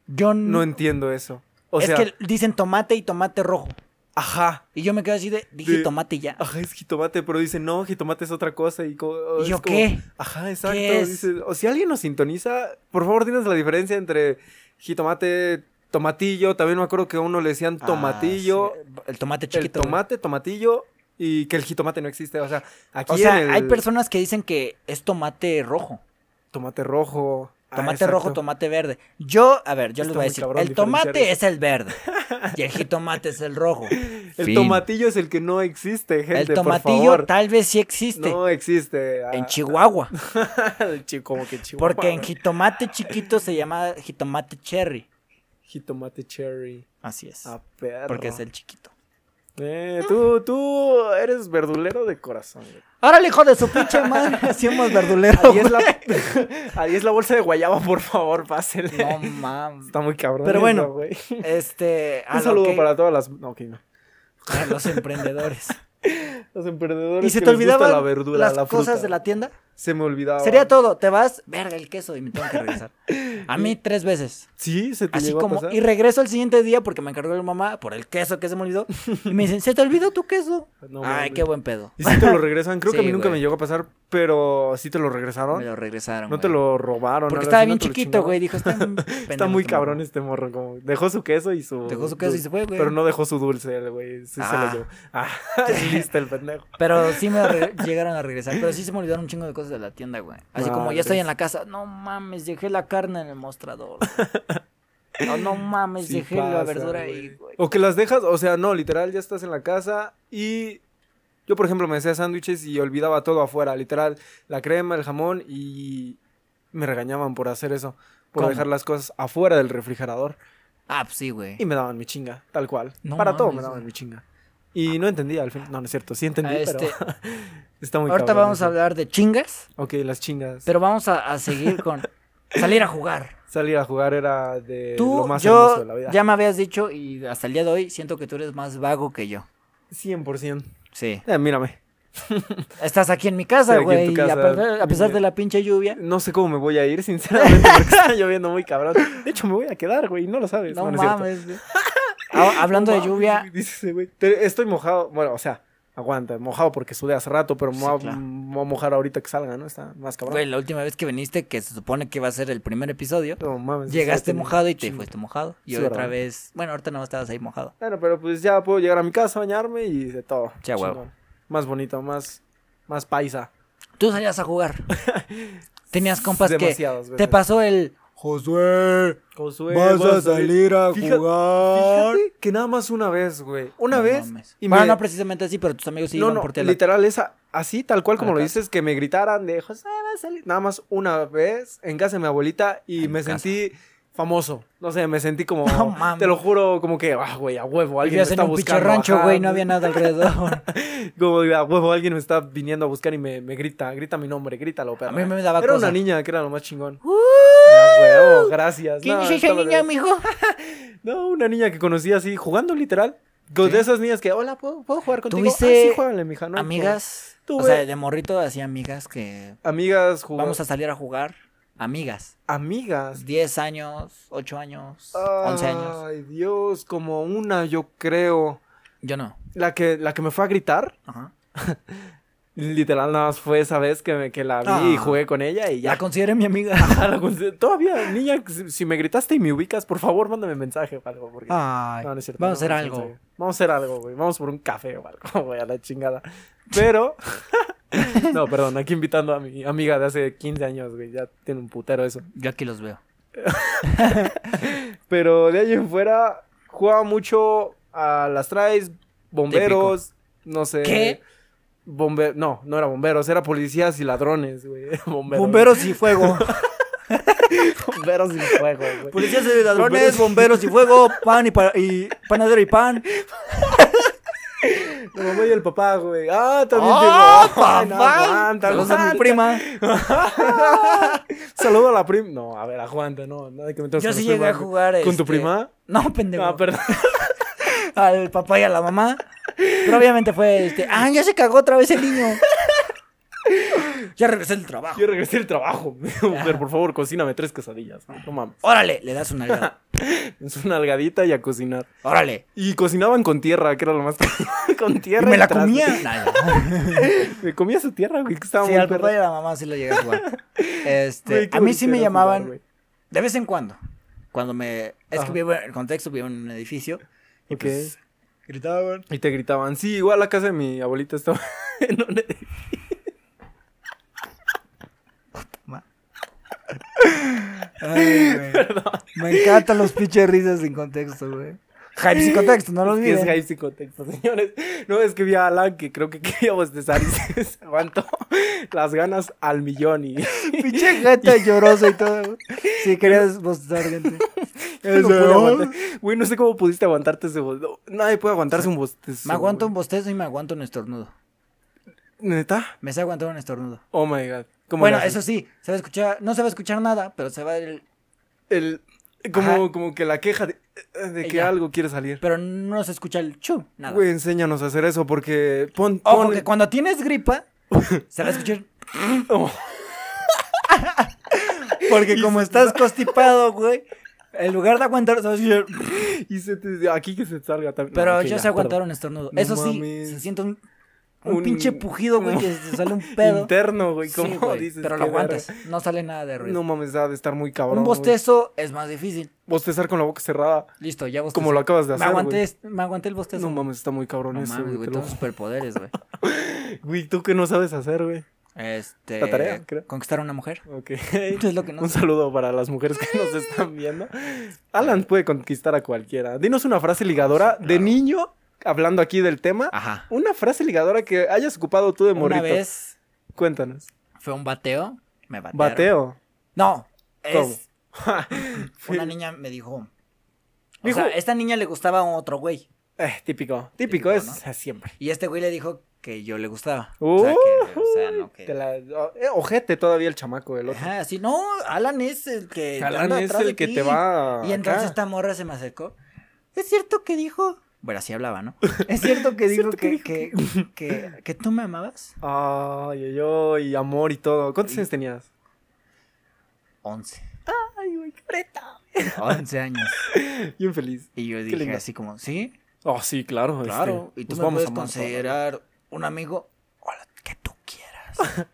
Yo n- no entiendo eso. O Mm. es sea, que dicen tomate y tomate rojo. ajá, Y yo me quedo así de, dije De- tomate y ya. Ajá, es jitomate, pero dice, no, jitomate es otra cosa. ¿Y co- ¿Y es yo como- qué? Ajá, exacto. ¿Qué es? dice, o si alguien nos sintoniza, por favor, dinos la diferencia entre jitomate, tomatillo. También me acuerdo que a uno le decían Ah, tomatillo, sí, El tomate el chiquito. güey. tomate, tomatillo, y que el jitomate no existe. O sea, aquí O sea, en el hay personas que dicen que es tomate rojo. tomate rojo. Ah, Tomate exacto. rojo, tomate verde. Yo, a ver, yo les Está voy a muy decir, cabrón el tomate diferenciar es el verde y el jitomate es el rojo. El Fin. tomatillo es el que no existe, gente, el por tomatillo favor. tal vez sí existe No existe. en *laughs* Chihuahua, Chihuahua. como que Chihuahua. porque en jitomate chiquito se llama jitomate cherry. jitomate cherry. Así es, Ah, perro. porque es el chiquito. Eh, tú, tú eres verdulero de corazón. güey. Ahora el hijo de su pinche madre, *laughs* hacemos verdulero. Ahí es, güey. la, *laughs* ahí es la bolsa de guayaba, por favor, pásele. No mames. Está muy cabrón. Pero eso, bueno, *laughs* güey. Este, a un lo saludo que- para todas las. No, Ah, ok, no. a los emprendedores. Los emprendedores. ¿Y se que te les gusta olvidaban la verdura, las la fruta. Ah, cosas de la tienda? Se me olvidaba. Sería todo, te vas, verga el queso y me tengo que regresar. A mí tres veces. Sí, se te Así llegó a como, pasar. y regreso al siguiente día porque me encargó la mamá por el queso que se me olvidó. Y me dicen, ¿se te olvidó tu queso? No, Ay, mames. qué buen pedo. Y sí te lo *laughs* regresan. Creo que a mí Sí, nunca güey. me llegó a pasar, pero sí te lo regresaron. Me lo regresaron. no te güey. lo robaron. Porque algo estaba así, no bien te lo chiquito, chingaron. güey. Dijo, está, bien pendejo Está muy este morro". cabrón este morro, como dejó su queso y su... Dejó su queso y dul- se fue, güey. Pero no dejó su dulce, el güey. Sí se Ah. lo llevó. *laughs* Ah, *laughs* es listo el pendejo. *laughs* Pero sí me re- llegaron a regresar. Pero sí se me olvidaron un chingo de cosas de la tienda, güey. Así como ya estoy en Madres. la casa. No mames, dejé la carne en el *laughs* mostrador. güey". No, no mames, Sí dejé la pasa, verdura güey. ahí, güey. O que las dejas, o sea, no, literal, ya estás en la casa y... Yo, por ejemplo, me hacía sándwiches y olvidaba todo afuera, literal, la crema, el jamón y me regañaban por hacer eso, por ¿Cómo? dejar las cosas afuera del refrigerador Ah, pues sí, güey. y me daban mi chinga, tal cual. No Para todo mames, me daban güey. mi chinga. Y no entendía al fin, no, no es cierto, sí entendí, Este, pero *laughs* está muy Ahorita cabrón vamos a eso. hablar de chingas, Ok, las chingas. pero vamos a, a seguir *laughs* con salir a jugar. Salir a jugar era de Tú, Eh, lo más hermoso yo, de la vida. ya me habías dicho y hasta el día de hoy siento que tú eres más vago que yo. 100%. Sí. Eh, mírame. Estás aquí en mi casa, Estoy aquí güey, en tu y a, casa, pesar- a pesar mi- de la pinche lluvia. No sé cómo me voy a ir, sinceramente, *laughs* porque está lloviendo muy cabrón. De hecho, me voy a quedar, güey, no lo sabes. No No, no es cierto. mames. güey. *laughs* Ah, Hablando de No mames, lluvia, güey, dice ese güey. Te- Estoy mojado. Bueno, o sea, aguanta, mojado porque sudé hace rato, pero me Sí, voy a- claro. me voy a mojar ahorita que salga, ¿no? Está más cabrón. güey, la última vez que viniste, que se supone que va a ser el primer episodio, No mames. llegaste estoy- mojado y te chingo. fuiste mojado. Y Sí, otra verdad. vez, bueno, ahorita no estabas ahí mojado. Bueno, pero pues ya puedo llegar a mi casa, bañarme y de todo. Sí, a huevo. Chingón. Más bonito, más, más paisa. Tú salías a jugar. *laughs* Tenías compas que Demasiadas te veces. pasó el Josué, Josué, Vas a vas salir a Fija- jugar. Fíjate que nada más una vez, güey. Una No vez. mames. Y bueno, me... no precisamente así, pero tus amigos sí no, iban no, por ti. a la- literal, esa, así, tal cual A como la lo casa. dices, que me gritaran de José, vas a salir. Nada más una vez en casa de mi abuelita y En me casa. sentí famoso. No sé, me sentí *laughs* como. No mames. te lo juro, como que, ah, güey, a huevo, alguien me Vivías en está un pinche buscando. rancho, ajá. güey, no había nada *laughs* alrededor. Como, a huevo, alguien me está viniendo a buscar y me, me grita, grita mi nombre, grítalo, perra. A mí me daba Era cosa. Uh, una niña que era lo más chingón. A huevo, gracias. ¿Quién No, es esa estaba de niña, ver- mijo? No, una niña que conocí así, jugando literal. Con Sí. de esas niñas que, hola, ¿puedo, puedo jugar contigo? Ah, ¿Tuviste sí, juégale, mija, no hay Amigas. Tú, o sea, güey. de morrito hacía amigas que problema. Amigas, jugamos. vamos a salir a jugar. Amigas. Amigas. 10 años, 8 años, 11 años. Ay, Dios, como una, yo creo. Yo no. La que, la que me fue a gritar, Ajá. literal, nada más fue esa vez que, me- que la vi y Ah. jugué con ella y Ya ya. consideré mi amiga. *laughs* *laughs* Ah, la conse- Todavía, niña, si, si me gritaste y me ubicas, por favor, mándame mensaje o algo. Porque... Ay, No, no es cierto, vamos a hacer no, no es algo. mensaje. Vamos a hacer algo, güey. Vamos por un café o algo, *laughs* güey, a la chingada. Pero. *laughs* no, perdón, aquí invitando a mi amiga de hace 15 años, güey. Ya tiene un putero eso. Yo aquí los veo. Pero de ahí en fuera, jugaba mucho a las traes, bomberos, no sé. ¿Qué? Bombe no, no era bomberos, era policías y ladrones, güey. *laughs* Bomberos. Bomberos y *laughs* fuego. bomberos y fuego, güey. Policías y ladrones, bomberos y fuego, pan y, pa- y panadero y pan. La mamá y el papá, güey. Ah, también ¡Ah, digo. ay, no, papá! aguanta, Saludos a mi aguanta. prima. Saludo a la prima. No, a ver, aguanta, no. Nada que me Yo sí llegué a jugar. ¿Con tu este, prima? No, pendejo. Ah, perdón. *laughs* Al papá y a la mamá. Pero obviamente fue este. ¡Ah, ya se cagó otra vez el niño! ya regresé del trabajo. Yo regresé al trabajo. *laughs* Pero por favor, cocíname tres quesadillas. No mames. Órale, le das una nalgada. Es una algadita y a cocinar. Órale. *laughs* Y cocinaban con tierra, que *laughs* era lo más. con Y tierra. me la tras- comía. *laughs* Nah, no. Me comía su tierra, güey. Que estaba Sí, muy al papá y perra. a la mamá sí le llegué a jugar. Este, Güey, qué a mí sí bonito me era llamaban jugar, güey. de vez en cuando. Cuando me. Es que Ajá. vivo en el contexto, vivo en un edificio. Y Ok. pues. Gritaban. Y te gritaban. Sí, igual la casa de mi abuelita estaba *laughs* en un edificio. Ay, *laughs* güey. Me encantan los pinches risas sin contexto, güey. Hype sin contexto, no lo Que es olvides. hype sin contexto, señores. No, es que vi a Alan que creo que *laughs* quería bostezar y se, se aguantó las ganas al millón y... *laughs* Pinche gata llorosa y todo. güey. Si querías bostezar, *laughs* gente. no pude Ese- aguantar. Güey, no sé cómo pudiste aguantarte ese bostezo. Nadie puede aguantarse un bostezo. Me aguanto un güey. bostezo y me aguanto un estornudo. ¿Neta? Me sé aguantar un estornudo. Oh, my God. ¿Cómo Bueno, le haces? eso sí, se va a escuchar, no se va a escuchar nada, pero se va el. El, como, Ajá. como que la queja de, de que Ya. algo quiere salir. Pero no se escucha el chu, nada. Güey, enséñanos a hacer eso porque... Pon, Ojo pon- que cuando tienes gripa, se va a escuchar. *laughs* Oh. *laughs* Porque como estás constipado, güey, en lugar de aguantar, se va a escuchar. Y se te- aquí que se salga también. Pero No, ok, yo ya, sé aguantar perdón. un estornudo. No Eso sí, mames. se siente un, un Un- pinche pujido, güey, no. que se *laughs* sale un pedo. Interno, güey, Sí, como güey, dices. pero qué lo aguantas, verga. no sale nada de ruido. No mames, ha de estar muy cabrón. un güey. bostezo es más difícil. Bostezar con la boca cerrada. Listo, ya bostezé. Como lo acabas de me hacer. aguanté, güey. est- me aguanté el bostezo. No mames, está muy cabrón No eso, mames, güey. güey, te lo tengo superpoderes, *laughs* güey. ju- Güey, tú que no sabes hacer, güey. Este, La tarea, creo. conquistar a una mujer. Ok. *laughs* Es lo que no Un sé. saludo para las mujeres que nos están viendo. Alan puede conquistar a cualquiera. Dinos una frase ligadora de niño, hablando aquí del tema. Ajá. Una frase ligadora que hayas ocupado tú de Ah. Una morrito. vez Cuéntanos. fue un bateo, me batearon. Bateo. No, es ¿Cómo? *laughs* una niña me dijo. O Dijo- sea, esta niña le gustaba a otro güey. Eh, típico. Típico, Típico, es ¿no? o sea, siempre. Y este güey le dijo que yo le gustaba. o sea, que, o sea, no que. Te la- o- eh, ojete todavía el chamaco del otro. Ajá, sí, no, Alan es el que. Alan anda es atrás de el que ti. te va. Y entonces acá. esta morra se me acercó. Es cierto que dijo. Bueno, así hablaba, *laughs* ¿no? Es cierto que dijo, cierto que que, que, que- que tú me amabas. Ay, ay, ay, amor y todo. ¿Cuántos años tenías? Once. Ay, güey, qué preta. Once años. Bien feliz. Y *laughs* yo lindo. pues dije así como, ¿sí? Oh, sí, claro. Claro. Y tú me puedes considerar un amigo o lo que tú *laughs* quieras.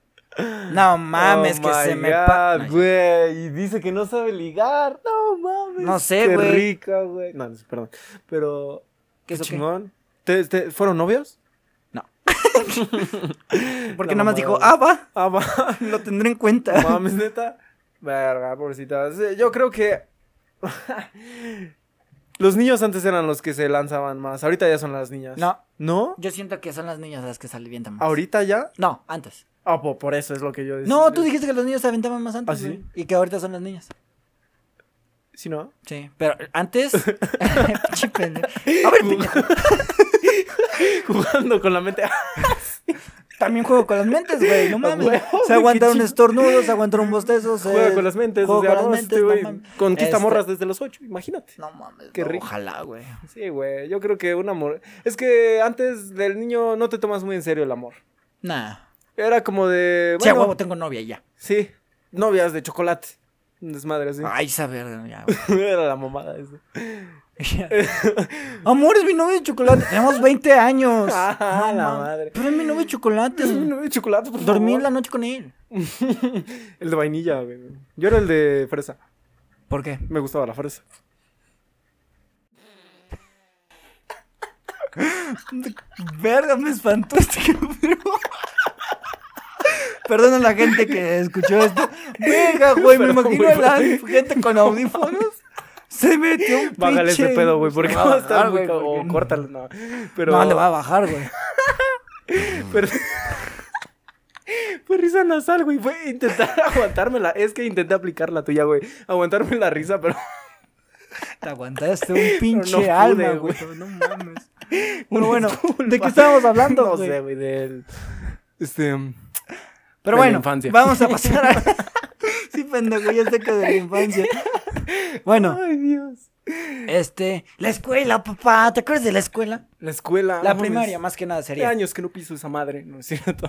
No mames, que se me pa- No, Oh güey. Y dice que no sabe ligar. No mames. No sé, Qué güey. rica, güey. No, no sé, perdón. Pero. ¿Qué Qué es o qué? chingón. ¿Te- te- fueron novios? *laughs* No. La Porque nada más mamada, dijo, güey. ah, va, Ah, *laughs* va. lo tendré en cuenta. No mames, neta. Verga, pobrecita. Sí, Yo creo que. *laughs* los niños antes eran los que se lanzaban más. Ahorita ya son las niñas. No. ¿No? Yo siento que son las niñas las que se alimentan más. ¿Ahorita ya? No, antes. Ah, po- por eso es lo que yo decía. No, tú dijiste que los niños se aventaban más antes. ¿Ah, sí? güey, Y que ahorita son las niñas. ¿Sí, no? Sí, pero *laughs* antes. Pinche pendejo. A ver, pi- *laughs* Jugando con la mente. Ah, también juego con las mentes, güey. No mames. huevo, güey, se qué aguantaron ching- estornudos, se aguantaron bostezos. Juega eh, con las mentes. Juego o sea, con las no, mentes, este no güey mames. Conquista Este- morras desde los ocho, imagínate. No mames. Qué no, rico. Ojalá, güey. Sí, güey. Yo creo que un amor. Es que antes del niño no te tomas muy en serio el amor. Nah. Era como de. Sí, a bueno, huevo tengo novia ya. Sí, novias de chocolate. Un desmadre así. Ay, saber, ya, güey. *laughs* Era la mamada *clears throat* eso. Amor, es mi novia de chocolate. Tenemos 20 años. *laughs* Ah, No la mames. madre. Pero es mi novia de chocolate. Es mi novio de chocolate, por Dormí favor. la noche con él. *laughs* El de vainilla, güey. Yo era el de fresa. ¿Por qué? Me gustaba *laughs* la fresa. Verga, me espantó este cabrón. Perdón a la gente que escuchó esto. Venga, güey, me Pero, imagino güey, a la güey. gente con audífonos. Se metió un Bájale ese pinche- pedo, Ah, güey, porque Se *laughs* va va a estar güey, muy cab- porque- O córtalo, no. Pero. No, le va a bajar, güey. *laughs* pero- *laughs* Fue risa nasal, güey. Fue intentar *laughs* aguantármela. Es que intenté aplicar la tuya, güey. Aguantarme la risa, pero Te aguantaste un pinche pude, alma, güey. güey. No mames. Bueno, bueno, ¿de qué Disculpa. estábamos hablando, No güey? sé, güey, del. Este. Pero De la bueno, infancia. vamos a pasar a... *laughs* sí, pendejo, ya sé que de la infancia. Bueno, Ay, Dios. este... La escuela, papá. ¿Te acuerdas de la escuela? La escuela. La Ah, no mames. primaria, más que nada, Hace sería. años que no piso esa madre, ¿no es cierto?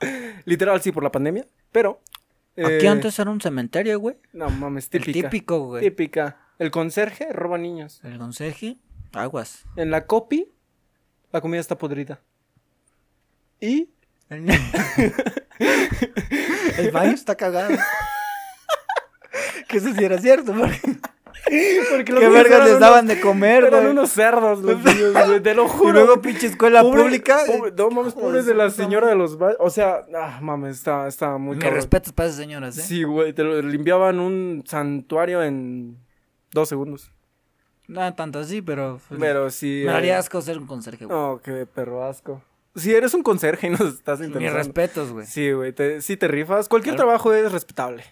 *laughs* Literal, sí, por la pandemia, pero. Aquí eh, antes era un cementerio, güey. No mames, El típica. típico, güey. Típica. El conserje roba niños. El conserje, aguas. En la copy, la comida está podrida. Y. *laughs* El baño está cagado. Que eso sí era cierto, porque Porque qué niños vergas eran les unos- daban de comer, Eran güey. unos cerdos *laughs* los niños, güey, te lo juro. Y luego pinche escuela Pobre- pública. eh, pobre- no mames, Hijo de pobres su de la puta señora de los ba- O sea, ah, mames, está, está muy Me cabrón. respetas para esas señoras, ¿eh? Sí, güey, te lo limpiaban un santuario en dos segundos. No tanto así, pero. Pero sí. Pues me eh, haría asco ser un conserje, güey. Oh, qué perro asco. Si eres un conserje *laughs* y nos estás Mis interesando. respetos, güey. Sí, güey, te, sí te rifas. Cualquier Claro. trabajo es respetable.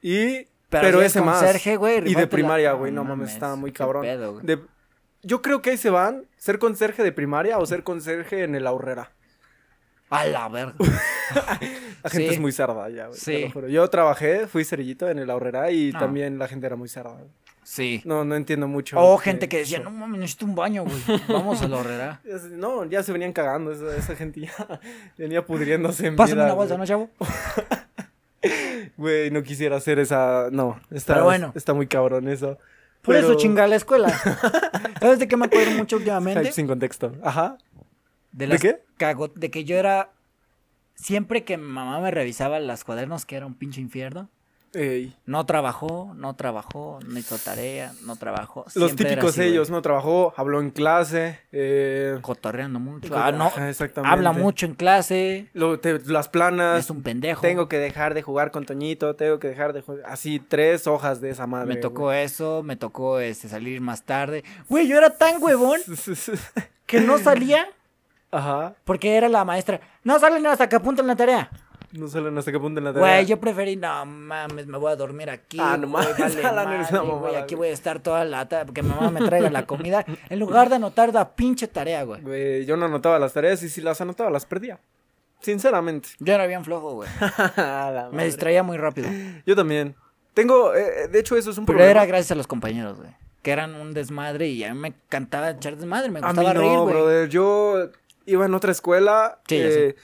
Y... Pero, si ese eres más. conserje, güey, y rifártela- de primaria, güey, no No mames, mames, está muy qué cabrón. pedo, güey. De- Yo creo que ahí se van, ser conserje de primaria o ser conserje en el ahorrera. A la *laughs* verga. La gente Sí. es muy cerda ya, güey. te Sí. lo juro. Yo trabajé, fui cerillito en el ahorrera y No. también la gente era muy cerda. güey. Sí. No, no entiendo mucho. O de gente que decía, eso. no mames, necesito un baño, güey. Vamos a la *laughs* horrera. Ya se- No, ya se venían cagando, esa, esa gente ya *laughs* venía pudriéndose en Pásame vida, una bolsa, güey. ¿no, chavo? Güey, no quisiera hacer esa. No, está, Pero bueno. está muy cabrón eso. Por eso Pero- chinga la *laughs* escuela. ¿Sabes de qué me acuerdo mucho últimamente? Hype sin contexto. Ajá. De, ¿De las qué? cago- de que yo era. Siempre que mi mamá me revisaba los cuadernos, que era un pinche infierno. Ey, No trabajó, no trabajó, no hizo tarea, no trabajó. Los siempre era típicos así, güey. ellos, ¿no? Trabajó, habló en clase. eh, Cotorreando mucho. Ajá, Ah, no. exactamente. Habla mucho en clase. lo- te- las planas. Es un pendejo. Tengo que dejar de jugar con Toñito, tengo que dejar de jugar. Así, tres hojas de esa madre. me tocó güey. eso, me tocó este, salir más tarde. Güey, yo era tan huevón *laughs* que no salía Ajá. porque era la maestra. No salen hasta que apunten la tarea. No salen hasta qué punto en la tarea. Güey, yo preferí, no mames, me voy a dormir aquí. Ah, no güey, mames, vale *laughs* Alan, eres una madre, güey, mamada, aquí güey. voy a estar toda la tarde porque mi mamá me traiga la comida. *laughs* En lugar de anotar la pinche tarea, güey. Güey, yo no anotaba las tareas y si las anotaba las perdía. *laughs* Sinceramente. Yo era bien flojo, *laughs* güey. A la Me madre. distraía muy rápido. Yo también. Tengo, eh, eh, de hecho, eso es un Pero problema. era gracias a los compañeros, güey. Que eran un desmadre y a mí me encantaba echar desmadre, me A mí gustaba reír, no, güey. brother. Yo iba en otra escuela. Sí, ya eh,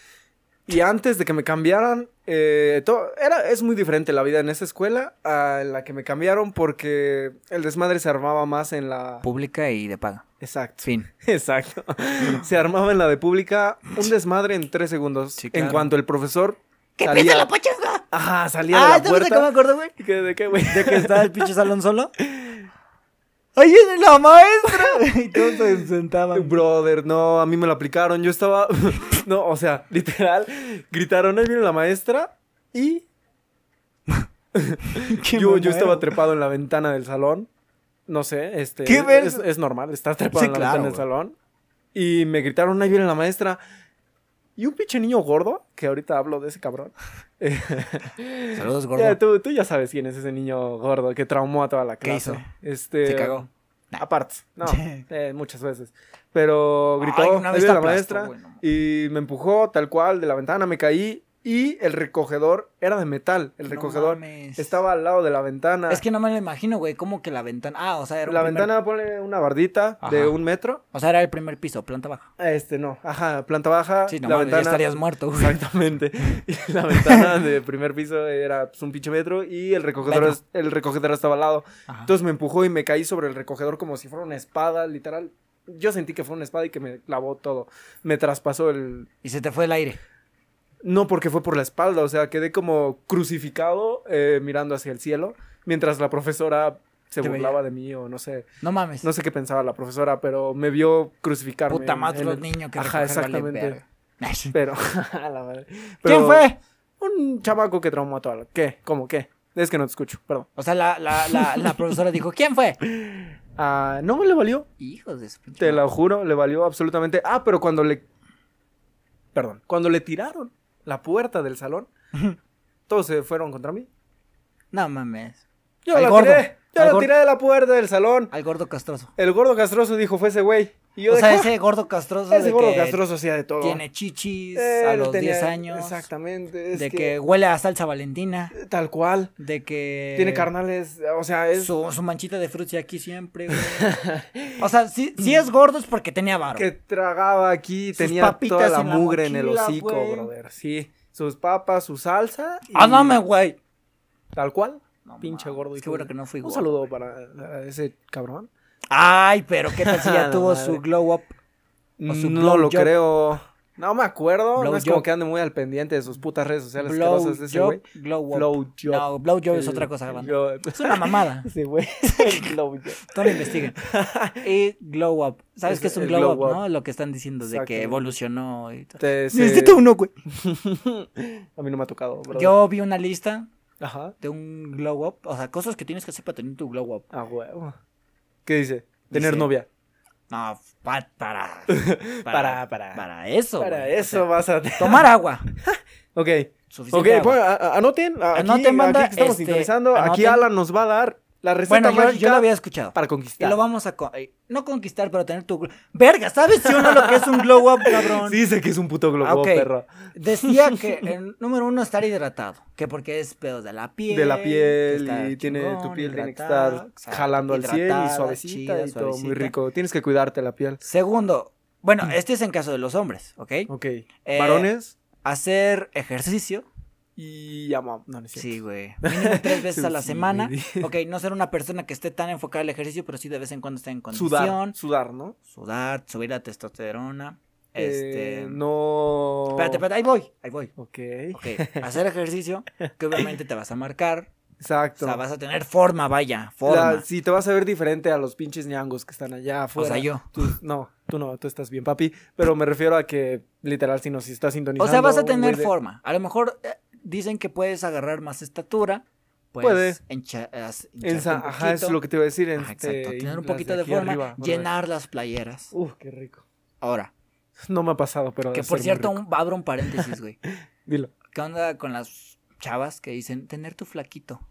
y antes de que me cambiaran, eh, to- era, es muy diferente la vida en esa escuela a la que me cambiaron porque el desmadre se armaba más en la... Pública y de paga. Exacto. Fin. *laughs* Exacto. Se armaba en la de pública un desmadre en tres segundos. Sí, claro. En cuanto el profesor ¿Qué salía... piensa la pachanga? Ajá, salía Ah, de la ¿sabes de qué me puerta. acuerdo, güey? ¿Qué- ¿De qué, güey? *laughs* De que estaba el pinche salón *laughs* solo. ¡Ahí viene la maestra! *laughs* y todos se sentaban. Brother, no, a mí me lo aplicaron. Yo estaba. *laughs* no, o sea, literal. Gritaron, ahí viene la maestra. Y Que yo, me yo muero. estaba trepado en la ventana del salón. No sé, este. ¿Qué ver- es, es normal, estás trepado Sí, en la claro, ventana del güey. salón. Y me gritaron, ahí viene la maestra. Y un pinche niño gordo, que ahorita hablo de ese cabrón. *laughs* Eh, Saludos, gordo. Ya, tú, tú ya sabes quién es ese niño gordo que traumó a toda la ¿Qué clase. hizo? Este, Se cagó. Aparte, no, eh, muchas veces. Pero gritó, Ay, una vez "Ahí viene te la aplastó, maestra, güey, no mames. y me empujó tal cual de la ventana, me caí, y el recogedor era de metal, el No recogedor mames. estaba al lado de la ventana. Es que no me lo imagino, güey. ¿Cómo que la ventana? Ah, o sea, era un la primer- ventana pone una bardita Ajá. de un metro, O sea, era el primer piso, planta baja. este no, ajá, planta baja, Sí, no la mames, ya ventana... estarías muerto, güey. Exactamente. *laughs* Y la ventana de primer piso era pues, un pinche metro y el recogedor, Metro. Ah. es- el recogedor estaba al lado. Ajá. Entonces me empujó y me caí sobre el recogedor como si fuera una espada, literal. Yo sentí que fue una espada y que me clavó todo. Me traspasó el... Y se te fue el aire. No porque fue por la espalda, o sea, quedé como crucificado eh, mirando hacia el cielo mientras la profesora se Te veía. burlaba de mí o no sé, No mames. no sé qué pensaba la profesora, pero me vio crucificarme. Puta en- madre, en los el- niños que recogen Ajá, vale exactamente. verga. ¿Quién Pero, *laughs* a la madre. Pero- fue? Un chamaco que traumó a toda la... ¿Qué? ¿Cómo qué? Es que no te escucho, perdón. O sea, la, la, la, la profesora dijo, ¿quién fue? Ah, no le valió, Hijos de su pinche te madre. lo juro, le valió absolutamente. Ah, pero cuando le... Perdón, cuando le tiraron la puerta *laughs* del salón, todos se fueron contra mí. No mames. Yo Al la gordo, tiré, yo al la gordo. tiré de la puerta del salón. Al gordo castroso. El gordo castroso dijo, fue ese güey. Y yo O de, sea, "Ja". ese gordo castroso Ese de gordo que castroso hacía de todo. tiene chichis a Él los Eh, tenía- 10 años. Exactamente. es de que... que, huele a salsa valentina. Tal cual. De que... Tiene carnales, o sea, es... Eh, Su, su manchita de frutti aquí siempre, *laughs* güey. O sea, si, si es gordo es porque tenía varo. que tragaba aquí, Sus tenía toda papitas la en la mugre en el mochila, hocico, güey. brother. Sí, sus papas, su salsa. y- ¡Ah, no, me, güey! Tal cual. No pinche mames, gordo. qué hijo bueno de- que no fui Un gordo, saludo para eh, ese cabrón. Ay, pero qué tal si *laughs* ya La tuvo madre. su glow up. O su No lo blowjob. creo. No me acuerdo. Blowjob. no es como que ande muy al pendiente de sus putas redes sociales Blow asquerosas de ese job, güey. glow up. Blowjob. No, blow job es El- otra cosa, banda. yo- *laughs* Es una mamada. *laughs* Ese güey. El blowjob. Tú lo *laughs* investiguen. Y glow up. ¿Sabes Es qué es un el glow, glow up, up. no? Lo que están diciendo de que Exactamente. evolucionó y todo. Te- se- Necesito uno, güey. A mí no me ha tocado, brother. Yo vi una lista Ajá. de un glow up. O sea, cosas que tienes que hacer para tener tu glow up. A huevo. ¿Qué dice? Tener Dice- novia. No, pa- *laughs* para, Para- para- Para eso. Para güey. O eso sea, vas a... tomar agua. *laughs* Ok. Ok, Suficiente agua. bueno, a- a- anoten. a- Aquí, Anoten, banda, aquí que estamos este, sintonizando. Aquí anoten. Alan nos va a dar la receta Bueno, yo, mágica yo lo había escuchado. para Y conquistar. lo vamos a. con- eh, no conquistar, pero tener tu. gl- Verga, ¿sabes si uno lo que es un glow up, cabrón? Dice que es un puto globo, Ah, ok. perro. *laughs* Decía que el número uno estar hidratado, que porque es pedo de la piel. De la piel que está y tiene tu chingón, piel tiene que hidratada, estar exacto, jalando al cielo y hidratada, suavecita chida, y todo muy suavecita. rico. Tienes que cuidarte la piel. Segundo, bueno, este es en caso de los hombres, ¿ok? Eh, Ok. Varones Hacer ejercicio, y amamos. No, no es cierto. sí, güey, mínimo tres *laughs* veces a la Sí, semana, güey. ok, no ser una persona que esté tan enfocada al ejercicio, pero sí de vez en cuando estar en condición, Sudar, sudar, ¿no? sudar, subir la testosterona, Eh, este... no. Espérate, espérate, ahí voy, ahí voy. Ok. Ok, hacer ejercicio, que obviamente te vas a marcar, Exacto. o sea, vas a tener forma, vaya, forma. La- sí, te vas a ver diferente a los pinches ñangos que están allá O afuera. sea, yo. Tú- no, tú no, tú estás bien, papi. Pero me refiero a que, literal, si nos estás sintonizando. O sea, vas a un güey tener de- forma. A lo mejor eh, dicen que puedes agarrar más estatura. Puedes Puede. hincha- as- Ensa- hincharte un ajá, es poquito. lo que este, te iba a decir. Ajá, exacto. Tener un poquito de, forma, forma llenar las playeras. Uf, qué rico. Ahora, No me ha pasado, pero. ha que de por ser muy cierto, rico. un, abro un *laughs* paréntesis, güey. Dilo. ¿Qué onda con las chavas que dicen tener tu flaquito?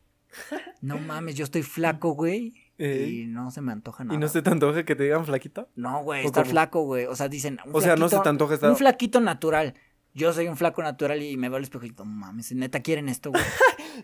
No mames, yo estoy flaco, güey. Ey. Y no se me antoja nada. Eh, ¿Y no se te antoja que te digan flaquito? No, güey, ¿O estar cómo? flaco, güey. O sea, dicen. un O sea, no se flaquito- te antoja estar- Un flaquito natural. Yo soy un flaco natural y me veo al espejo y digo, "No mames, neta quieren esto, güey.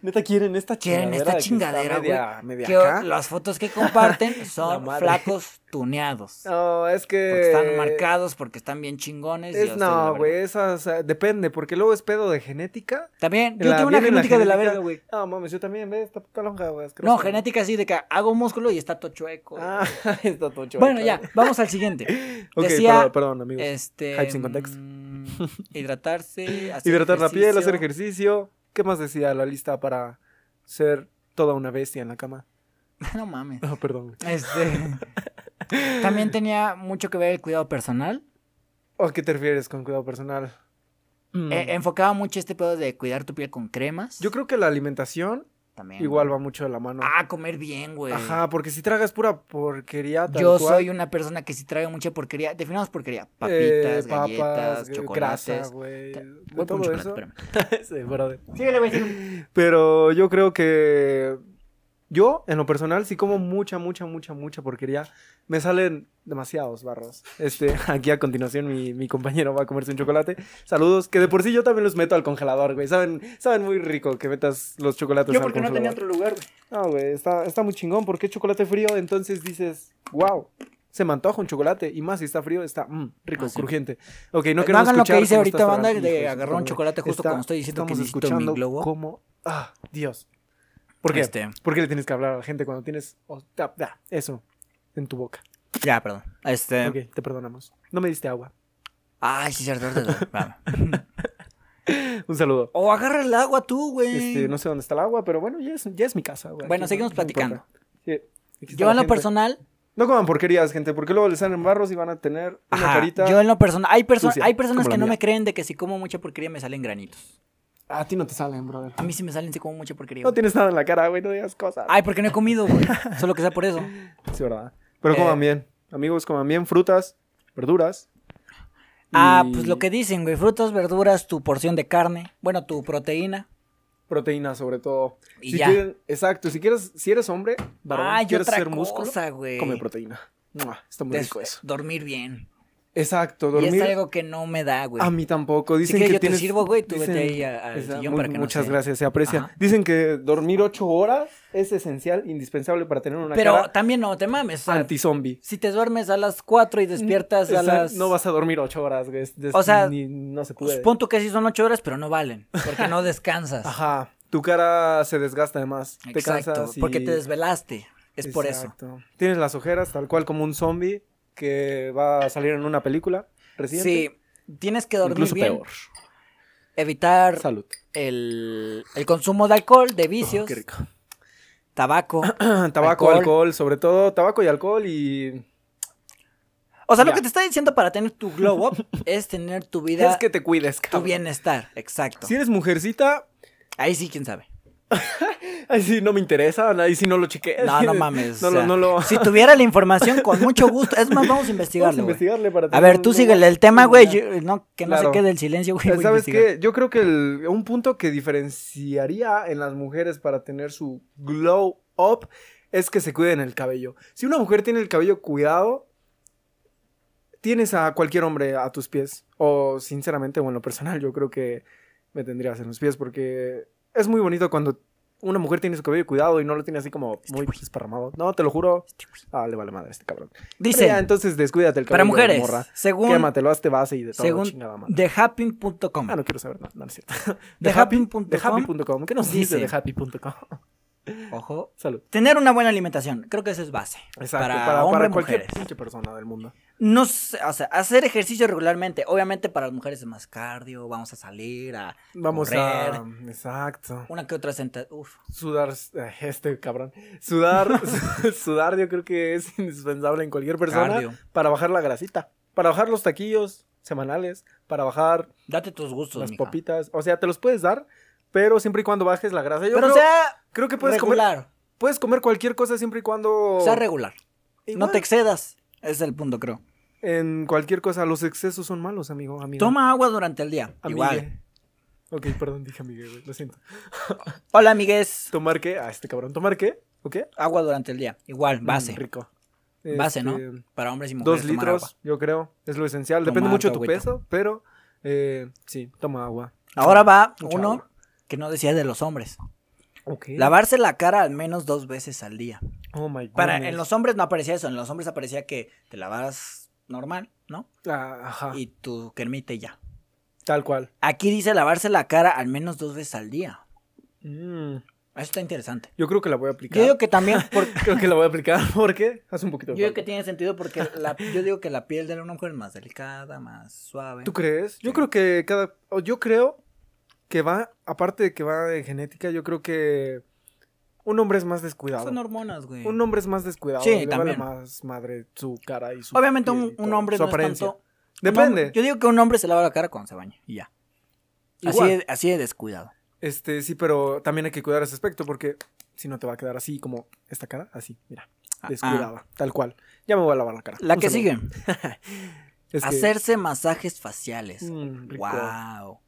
Neta, quieren esta Quieren chingadera. esta de que está chingadera, media- media que acá? las fotos que *laughs* comparten La son madre. flacos tuneados. No, es que. Porque están marcados, porque están bien chingones. y yo Es, estoy de la no, verga. güey, esas. eh, Depende, porque luego es pedo de genética. También, yo La- tengo una viene la genética de la genética- verga, güey. No, mames, yo también, ve esta puta lonja, güey. asqueroso. No, genética así de que hago músculo y está todo chueco. Ah, *laughs* está todo chueco. bueno, ya, vamos al *laughs* siguiente. Ok, Decía, perdón, perdón, amigos. Este. Hype sin contexto. mm, *laughs* Hidratarse, hacer Hidratar la piel, hacer ejercicio. ejercicio. ¿Qué más decía la lista para ser toda una bestia en la *laughs* cama? No mames. Ah, perdón. Este. También tenía mucho que ver el cuidado personal. ¿O ¿A qué te refieres con cuidado personal? Mm. Eh, enfocaba mucho este pedo de cuidar tu piel con cremas. Yo creo que la alimentación también. Igual güey. va mucho de la mano. Eh, Ah, comer bien, güey. Ajá, porque si tragas pura porquería, tal Yo cual, soy una persona que si trae mucha porquería. Definamos porquería. eh, Papitas, papas, galletas, eh, chocolates. Grasa, güey. Ta- de Voy por un todo chocolate, eso. espérame. *laughs* Sí, fuera de- Síguele, güey, síguele. Pero yo creo que yo, en lo personal, sí como mucha, mucha, mucha, mucha porquería. Me salen demasiados barros. Este, *laughs* aquí a continuación mi, mi compañero va a comerse un chocolate. Saludos, que de por sí yo también los meto al congelador, güey. Saben, saben muy rico que metas los chocolates Yo al porque no tenía congelador. otro lugar, güey. No, güey, está, está muy chingón porque es chocolate frío, entonces dices, wow. Se me antoja un chocolate y más si está frío, está mm, rico, Ah, sí. crujiente. Ok, no Eh, queremos hagan lo que escuchar hice cómo ahorita, estás banda, tragando, de hijo su agarrar un puta chocolate justo cuando estoy diciendo que estamos necesito mi escuchando globo. Cómo, ah, Dios. ¿Por qué? Este, ¿Por qué le tienes que hablar a la gente cuando tienes oh, da- da, eso en tu boca? ya, perdón. Este. Ok, te perdonamos. No me diste agua. Ay, sí, cierto. ahorita, güey, *laughs* va. Un saludo. O agarra el agua tú, güey. Este, no sé dónde está el agua, pero bueno, ya es, ya es mi casa. güey. Bueno, Aquí seguimos no- no importa. platicando. Sí, aquí está Yo la en lo gente. personal, No coman porquerías, gente, porque luego les salen barros y van a tener una ajá, carita. yo en lo personal, hay, perso- sucia, hay personas como la que no mía. me creen de que si como mucha porquería me salen granitos. A ti no te salen, brother. A mí sí me salen si como mucha porquería. No güey. tienes nada en la cara, güey, no digas cosas. Ay, porque no he comido, *laughs* güey. Solo que sea por eso. Sí, verdad. Pero Eh. coman bien. Amigos, coman bien frutas, verduras. Ah, y pues lo que dicen, güey, frutas, verduras, tu porción de carne, bueno, tu proteína. Proteínas, sobre todo. Y si ya. quieren- exacto, si quieres, si eres hombre, varón, Ay, quieres otra ser músculo, cosa, güey. come proteína. Mua, Está muy Des- rico eso. Dormir bien. Exacto, Y dormir. es algo que no me da, güey. A mí tampoco. Dicen quieres que yo te tienes- sirvo, güey, tú vete dicen- ahí a- al Esa- sillón mu- para que no Muchas se- gracias, se aprecia. Ajá. Dicen que dormir ocho horas es esencial, indispensable para tener una Pero cara también no te mames. o sea, anti-zombie. si te duermes a las 4 y despiertas a Esa- las. No vas a dormir ocho horas, güey. es- es- O sea, ni- no se Pues puede. pon tú que sí son 8 horas, pero no valen. Porque *laughs* no descansas. Ajá. Tu cara se desgasta además. Te Exacto. cansas y- Porque te desvelaste. Es por eso. Exacto. Tienes las ojeras tal cual como un zombie que va a salir en una película reciente. Sí. Tienes que dormir Incluso bien. peor. Evitar Salud. el, el consumo de alcohol, de vicios, Oh, qué rico. *laughs* tabaco. Tabaco, Alcohol. alcohol. sobre todo tabaco y alcohol y O sea, lo Ya. que te está diciendo para tener tu glow *laughs* up es tener tu vida, es que te cuides, tu cabrón. bienestar. Exacto. Si eres mujercita, Ahí sí, quién sabe. ahí sí no me interesa, ahí sí no lo chequees. No, no mames. *laughs* No o lo, sea, no lo- Si tuviera la información, con mucho gusto. Es más, vamos a *laughs* Vamos a investigarlo. güey. investigarle para A tener ver, un- tú un- síguele el tema, güey. Ya. yo- No, que no Claro. se quede el *laughs* silencio, güey. voy a ¿Sabes investigar. qué? Yo creo que el- un punto que diferenciaría en las mujeres para tener su glow up es que se cuiden el cabello. Si una mujer tiene el cabello cuidado, tienes a cualquier hombre a tus pies. O sinceramente, o en lo personal, yo creo que me tendrías en los pies porque es muy bonito cuando una mujer tiene su cabello cuidado y no lo tiene así como Este muy desparramado. No, te lo juro. Ah, le vale madre a este cabrón. Pero Dice, ya, entonces descuídate el cabello. para mujeres, Morra. según, Quématelo, hazte base y de todo según chingada madre. thehappy.com. Ah, no quiero saber, no, no, no *laughs* es cierto. De happy punto de com. happy.com. ¿Qué nos Dice. dice de happy.com? Ojo. *laughs* Salud. Tener una buena alimentación, creo que eso es base. Exacto, para, para, hombres para y cualquier mujeres. pinche persona del mundo. No sé, o sea, hacer ejercicio regularmente. Obviamente para las mujeres es más cardio, vamos a salir a Vamos correr. a. Exacto. Una que otra senta. Uf. Sudar, eh, este cabrón. *laughs* Sudar, *laughs* su- sudar yo creo que es indispensable en cualquier persona Cardio. para bajar la grasita, para bajar los taquillos semanales, para bajar Date tus gustos, las mija. papitas. O sea, te los puedes dar, pero siempre y cuando bajes la grasa. Yo Pero creo, sea creo que puedes comer, regular. puedes comer cualquier cosa siempre y cuando. Sea regular. No Igual. te excedas. Es el punto, creo. En cualquier cosa, los excesos son malos, amigo. amigo. Toma agua durante el día. Amigue. Igual. Ok, perdón, dije amigue, güey, lo siento. Hola, amigues. ¿Tomar qué? Ah, este cabrón, ¿tomar qué? ¿O qué? Agua durante el día. Igual, Mm, base. rico. Base, ¿no? Este, Para hombres y mujeres. Dos tomar litros, agua. yo creo, es lo esencial. Toma Depende mucho de tu tu agüita. peso, pero eh, sí, toma agua. Ahora va Mucha uno agua. que no decía de los hombres. Ok. Lavarse la cara al menos dos veces al día. Oh my God. Para, en los hombres no aparecía eso. En los hombres aparecía que te lavaras normal, ¿no? Ah, ajá, Y tu cremita y ya. tal cual. Aquí dice lavarse la cara al menos dos veces al día. Mm, Eso está interesante. yo creo que la voy a aplicar. Yo digo que *laughs* también, por- Creo que la voy a aplicar *laughs* porque hace un poquito yo de digo que falta. tiene sentido porque la- yo digo que la piel de una mujer es más delicada, más suave. ¿Tú crees? Yo Sí. creo que cada. o Yo creo que va. Aparte de que va de genética, yo creo que. Un hombre es más descuidado. Son hormonas, güey. Un hombre es más descuidado. Sí, le vale también. más madre su cara y su. Obviamente piel y un, un todo, hombre su no es apariencia. tanto- un Depende. hombre- yo digo que un hombre se lava la cara cuando se baña y ya. Así Igual. de, así de descuidado. Este, sí, pero también hay que cuidar ese aspecto porque si no te va a quedar así como esta cara, así, mira, Ah, descuidada, tal cual. Ya me voy a lavar la cara. La Un que saludo. sigue. Es que- Hacerse masajes faciales. Mm, rico. Ah, wow.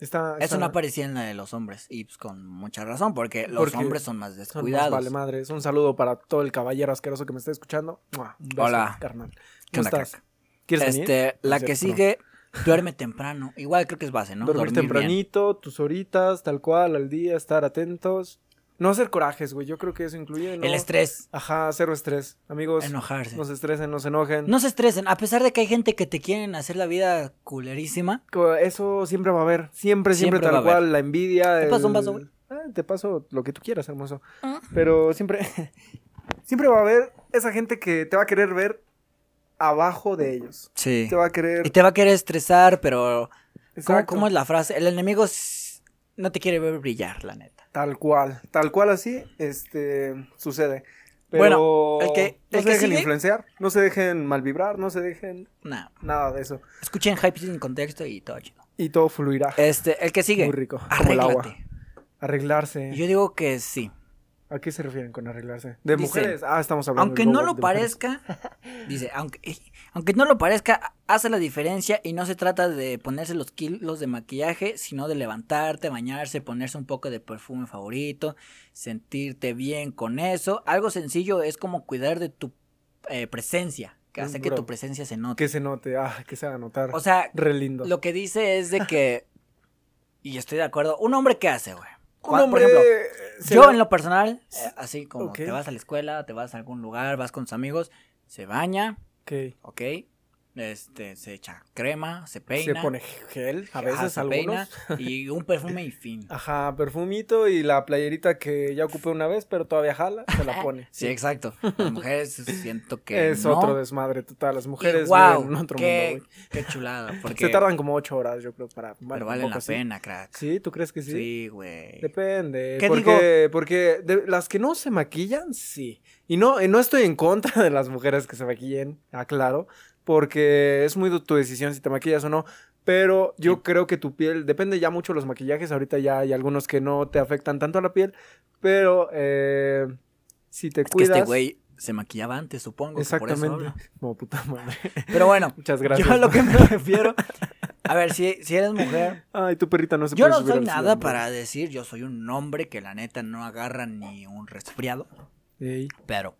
Está- Eso está- no aparecía en la de los hombres. Y pues con mucha razón, porque los Porque hombres son más son más descuidados. Vale, madres. Un saludo para todo el caballero asqueroso que me está escuchando. ¡Mua! Un beso, Hola. Carnal. ¿Qué ¿Cómo onda, estás? ¿Quieres venir? este, la No es que cierto, no. sigue, duerme temprano. Igual creo que es base, ¿no? Dormir bien. tempranito, tus horitas, tal cual, al día, estar atentos. No hacer corajes, güey. Yo creo que eso incluye. ¿no? El estrés, Ajá, cero estrés. Amigos, enojarse. pues, no se estresen, no se enojen. No se estresen, a pesar de que hay gente que te quieren hacer la vida culerísima. Co- Eso siempre va a haber. Siempre, siempre, Siempre va a tal haber. cual. La envidia. Te el- paso un vaso, güey. Ah, te paso lo que tú quieras, hermoso. Ah. Pero siempre. *laughs* siempre va a haber esa gente que te va a querer ver abajo de ellos. Sí. Te va a querer. Y te va a querer estresar, pero ¿cómo, Exacto. cómo es la frase? El enemigo s- no te quiere ver brillar, la neta. Tal cual. Tal cual así este, sucede. Pero Bueno, el que- no el se que dejen sigue- influenciar, no se dejen mal vibrar, no se dejen Nah. nada de eso. Escuchen hype sin contexto y todo chido. Y todo fluirá. Este, el que sigue. Muy rico, como el Arréglate. agua. Arreglarse. Yo digo que sí. ¿A qué se refieren con arreglarse? De Dice, mujeres. Ah, estamos hablando. Aunque de no lo lobo- de mujeres. parezca, dice, aunque, aunque no lo parezca, hace la diferencia y no se trata de ponerse los kilos de maquillaje, sino de levantarte, bañarse, ponerse un poco de perfume favorito, sentirte bien con eso. Algo sencillo es como cuidar de tu eh, presencia, que hace que Bro. tu presencia se note. Que se note, ah, que se haga notar. O sea, Re lindo. lo que dice es de que, y estoy de acuerdo, un hombre que hace, güey. Un Por hombre. ejemplo, se Yo ve- en lo personal, eh, así como Ok. te vas a la escuela, te vas a algún lugar, vas con tus amigos, se baña, Ok. ok, este, se echa crema, se Se peina. pone gel, a ajá, veces se algunos. Ah, peina, y un perfume y *laughs* fin. Ajá, perfumito y la playerita que ya ocupé una vez, pero todavía jala, se *laughs* la pone. Sí, exacto. Las *laughs* mujeres siento que Es no. otro desmadre total. Las mujeres wow, viven en otro qué, mundo, güey. qué chulada, porque *laughs* Se tardan como ocho horas, yo creo, para. pero bueno, un valen poco la así. pena, crack. Sí, ¿tú crees que sí? Sí, güey. Depende. ¿Qué porque porque de- las que no se maquillan, sí. Y no, y no estoy en contra de las mujeres que se maquillen, aclaro, porque es muy tu decisión si te maquillas o no. Pero yo creo que tu piel, depende ya mucho de los maquillajes, ahorita ya hay algunos que no te afectan tanto a la piel, pero eh, si te Es que cuidas... este güey se maquillaba antes, supongo. que por eso Exactamente. *laughs* habla. Como puta *laughs* madre. Pero bueno, Muchas gracias. yo a lo que me refiero. A ver, si, si eres mujer, *laughs* Ay, tu perrita no se Yo puede no subir soy al nada sillón, güey. para decir, yo soy un hombre que la neta no agarra ni un resfriado, Ey, pero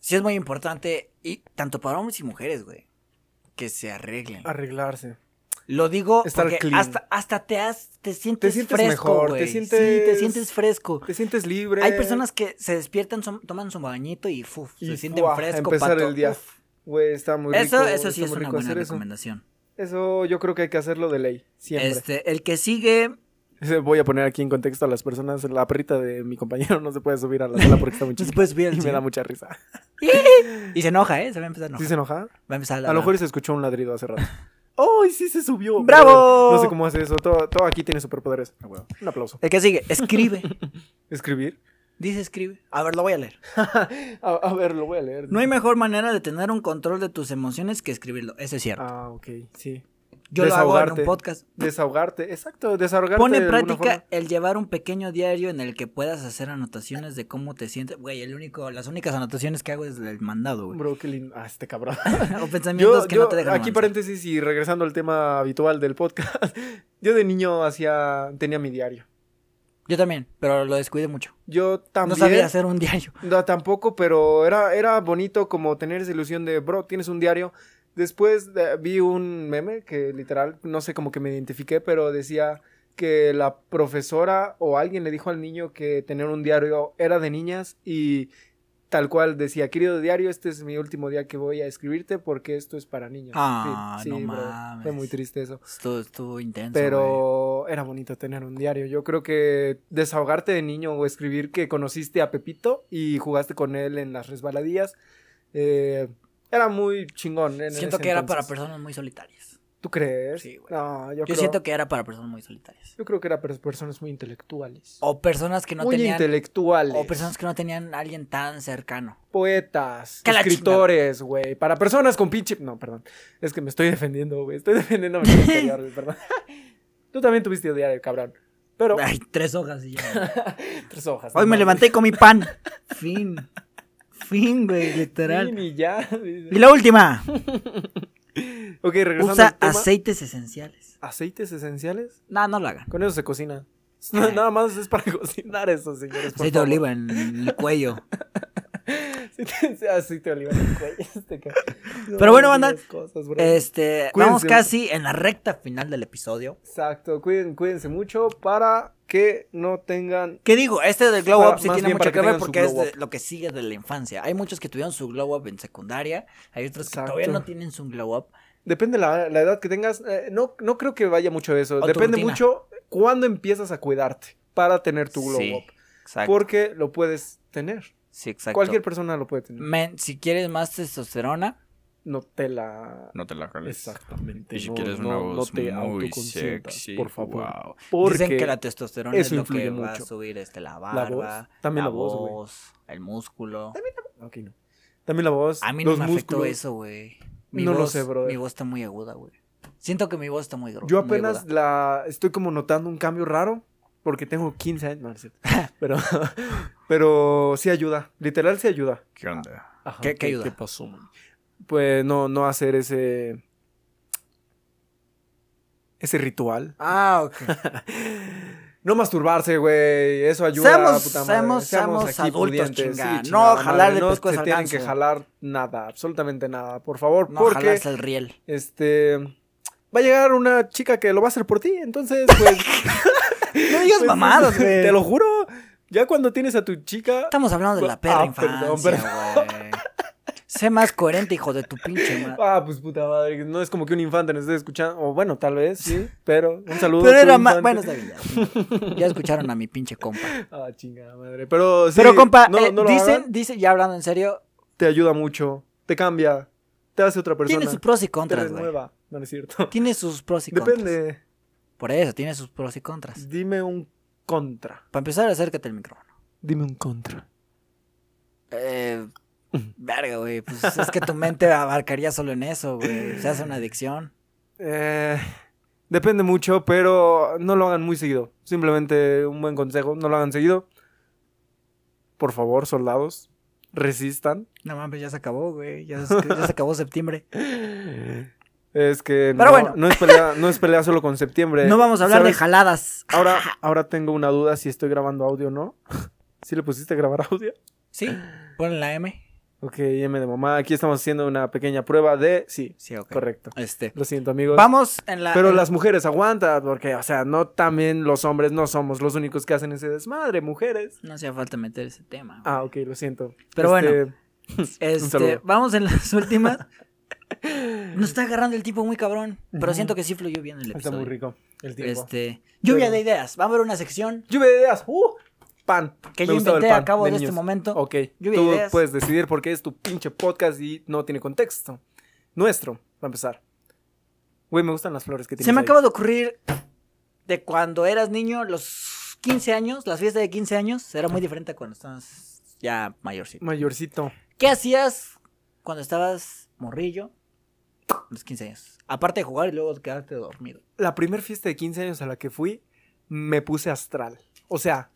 sí es muy importante, y tanto para hombres y mujeres, güey, que se arreglen. arreglarse. Lo digo Estar porque clean. hasta, hasta te, has- te sientes, sientes fresco, mejor, güey. te Sí, te sientes- sientes fresco. Te sientes libre. Hay personas que se despiertan, son- toman su bañito y, fuf, Y, se sienten fuá, fresco. empezar pato. el día. Uf, Güey, está muy eso, rico. eso sí está es muy una rico buena hacer eso. recomendación. Eso yo creo que hay que hacerlo de ley, siempre. *laughs* Este, el que sigue, Ese Voy a poner aquí en contexto a las personas. La perrita de mi compañero *laughs* no se puede subir a la sala porque está muy no se *laughs* chiquita. puede subir al Y me da sillón. mucha risa. pues, Y se enoja, ¿eh? Se va a empezar a ¿Sí enojar. se enoja? Va a empezar a A lo ladrar. mejor se escuchó un *laughs* ladrido hace rato. ¡Ay, sí se subió! ¡Bravo! No sé cómo hace eso. Todo, todo aquí tiene superpoderes. Un aplauso. El que sigue, escribe. *laughs* ¿Escribir? Dice escribe. A ver, lo voy a leer. A, a ver, lo voy a leer. No hay mejor manera de tener un control de tus emociones que escribirlo. Eso es cierto. Ah, ok. Sí. Yo lo hago en un desahogarte. podcast. Desahogarte. Exacto, desahogarte Pone de en alguna práctica forma. el llevar un pequeño diario en el que puedas hacer anotaciones de cómo te sientes. Güey, el único, las únicas anotaciones que hago es el mandado, güey. Bro, qué lindo. Ah, este cabrón. *laughs* o pensamientos Yo- que yo- no te dejan. Aquí avanzar. paréntesis y regresando al tema habitual del podcast. *laughs* Yo de niño hacía, tenía mi diario. Yo también, pero lo descuidé mucho. Yo No también. sabía hacer un diario. *laughs* No, tampoco, pero era, era bonito como tener esa ilusión de, bro, tienes un diario. Después de- vi un meme que literal, no sé cómo que me identifiqué, pero decía que la profesora o alguien le dijo al niño que tener un diario era de niñas y tal cual decía, querido diario, este es mi último día que voy a escribirte porque esto es para niños. Ah, no brother, Fue mames. muy triste eso. Estuvo, estuvo intenso. güey. Pero era bonito tener un diario. Yo creo que desahogarte de niño o escribir que conociste a Pepito y jugaste con él en las resbaladillas eh, era muy chingón. ¿eh? en siento ese que era para entonces. personas muy solitarias. ¿Tú crees? Sí, güey. No, yo, Yo creo, siento que era para personas muy solitarias. yo creo que era para personas muy intelectuales. O personas que no muy tenían intelectuales. O personas que no tenían a alguien tan cercano. Poetas, Que la escritores, güey. Para personas con pinche. No, perdón. Es *laughs* que me estoy defendiendo, güey. Estoy defendiendo a mi interior, güey, perdón. Tú también tuviste diario, cabrón. Pero Ay, tres hojas y ya. tres hojas. Hoy no me mames. levanté y comí pan. *laughs* Fin. Fin, güey, Sí, literal. ni ya. Y la última. ok, regresando Usa al tema. aceites esenciales. ¿Aceites esenciales? No, no lo hagan. Con eso se *laughs* cocina. Nada más es para *laughs* cocinar eso, señores. por Aceite de favor. oliva en *laughs* el cuello. Aceite- Aceite de oliva en el cuello, este cabrón. No Pero bueno, digas banda, cosas, bro. Este, Cuídense. vamos casi en la recta final del episodio. Exacto, cuiden- cuídense mucho para que no tengan ¿Qué digo? Este del glow Para- up sí más tiene bien mucho para que que ver tengan su porque es glow de- up. lo que sigue de la infancia. Hay muchos que tuvieron su glow up en secundaria, hay otros que todavía Exacto. no tienen su glow up. Depende la, la edad que tengas. eh, no, no creo que vaya mucho de eso. O tu Depende rutina. mucho cuándo empiezas a cuidarte para tener tu glow Sí, up. Exacto. Porque lo puedes tener. Sí, exacto. Mm. Cualquier persona lo puede tener. Men, si quieres más testosterona, No te la. No te la jales. Exactamente. Y si no, quieres no- una no voz te muy autoconsientas, sexy. Por favor. wow. Porque dicen que la testosterona eso es lo que influye va a mucho. subir este, la La voz, barba, también la la voz, güey. voz, el músculo. Ok, no. También la voz. A mí no los me afectó músculos. eso, güey. Mi No lo voz- sé, brother. Mi voz está muy aguda, güey. Siento que mi voz está muy gruesa. Yo apenas la estoy como notando un cambio raro porque tengo 15 años, no, no *laughs* es cierto. Pero, pero sí ayuda, literal sí ayuda. ¿Qué onda? ¿Qué- qué ayuda? pasó, man? Pues no, no hacer ese ese ritual. Ah, *laughs* ok. No masturbarse, güey, eso ayuda. Seamos- puta seamos- seamos aquí adultos, pudientes, chinga. No chingada madre, jalar de No pescuezo se al tienen que ganso. jalar nada, absolutamente nada, por favor, No porque jalarse el riel. *laughs* este va a llegar una chica que lo va a hacer por ti, entonces *laughs* pues No digas Pues, mamadas, güey. Te lo juro. Ya cuando tienes a tu chica. Estamos hablando de la perra Ah, infancia, perdón, güey. Sé más coherente, hijo de tu pinche *laughs* madre. Ah, pues puta madre. No es como que un infante nos esté escuchando. O bueno, tal vez, sí. Pero un saludo. Pero tú, era más... infante. *laughs* Bueno, está bien, ya. Ya escucharon a mi pinche compa. Ah, chingada madre. Pero sí. Pero, compa, no- eh, no lo dicen, hagan. dicen, ya hablando en serio, Te ayuda mucho. Te cambia. Te hace otra persona. tiene sus pros y Te contras, güey. renueva. No, no es cierto. Tiene sus pros y *laughs* contras. Depende. Por eso, tiene sus pros y contras. Dime un contra. Para empezar, acércate al micrófono. Dime un contra. *laughs* Eh, verga, güey. Pues es que tu mente abarcaría solo en eso, güey. Se hace una adicción. Eh, depende mucho, pero no lo hagan muy seguido. Simplemente un buen consejo, no lo hagan seguido. Por favor, soldados, resistan. No mames, ya se acabó, güey. Ya, se- *laughs* ya se acabó *laughs* septiembre. Es que Pero no, bueno. no es pelea, no es pelea solo con septiembre. No vamos a hablar de ¿Sabes? jaladas. Ahora, ahora tengo una duda si estoy grabando audio o no. *laughs* ¿Sí le pusiste a grabar audio? Sí, pon la M. Ok, M de mamá, aquí estamos haciendo una pequeña prueba de... Sí, Sí, ok. correcto. Este. Lo siento, amigos. Vamos en la. Pero en- las mujeres aguanta, porque, o sea, no también los hombres no somos los únicos que hacen ese desmadre, mujeres. No hacía falta meter ese tema. güey. Ah, ok, lo siento. Pero bueno. este, saludo. vamos en *laughs* las últimas. Nos está agarrando el tipo muy cabrón. Pero siento que sí fluyó bien el Está episodio. muy rico el tiempo. Este. Lluvia Pero- de ideas. Va a haber una sección Lluvia de ideas. ¡Uh! Pan. que Me yo gustaba el inventé pan a cabo de, niños. este momento. Ok. Lluvia Tú de ideas. puedes decidir porque es tu pinche podcast y no tiene contexto. Nuestro, para empezar. Güey, me gustan las flores que tienes. Se me ahí. acaba de ocurrir de cuando eras niño, los 15 años, las fiestas de 15 años, era muy diferente a cuando estabas ya mayorcito. Mayorcito. ¿Qué hacías cuando estabas morrillo? Los 15 años. Aparte de jugar y luego quedarte dormido. La primera fiesta de 15 años a la que fui, me puse astral. O *laughs* sea,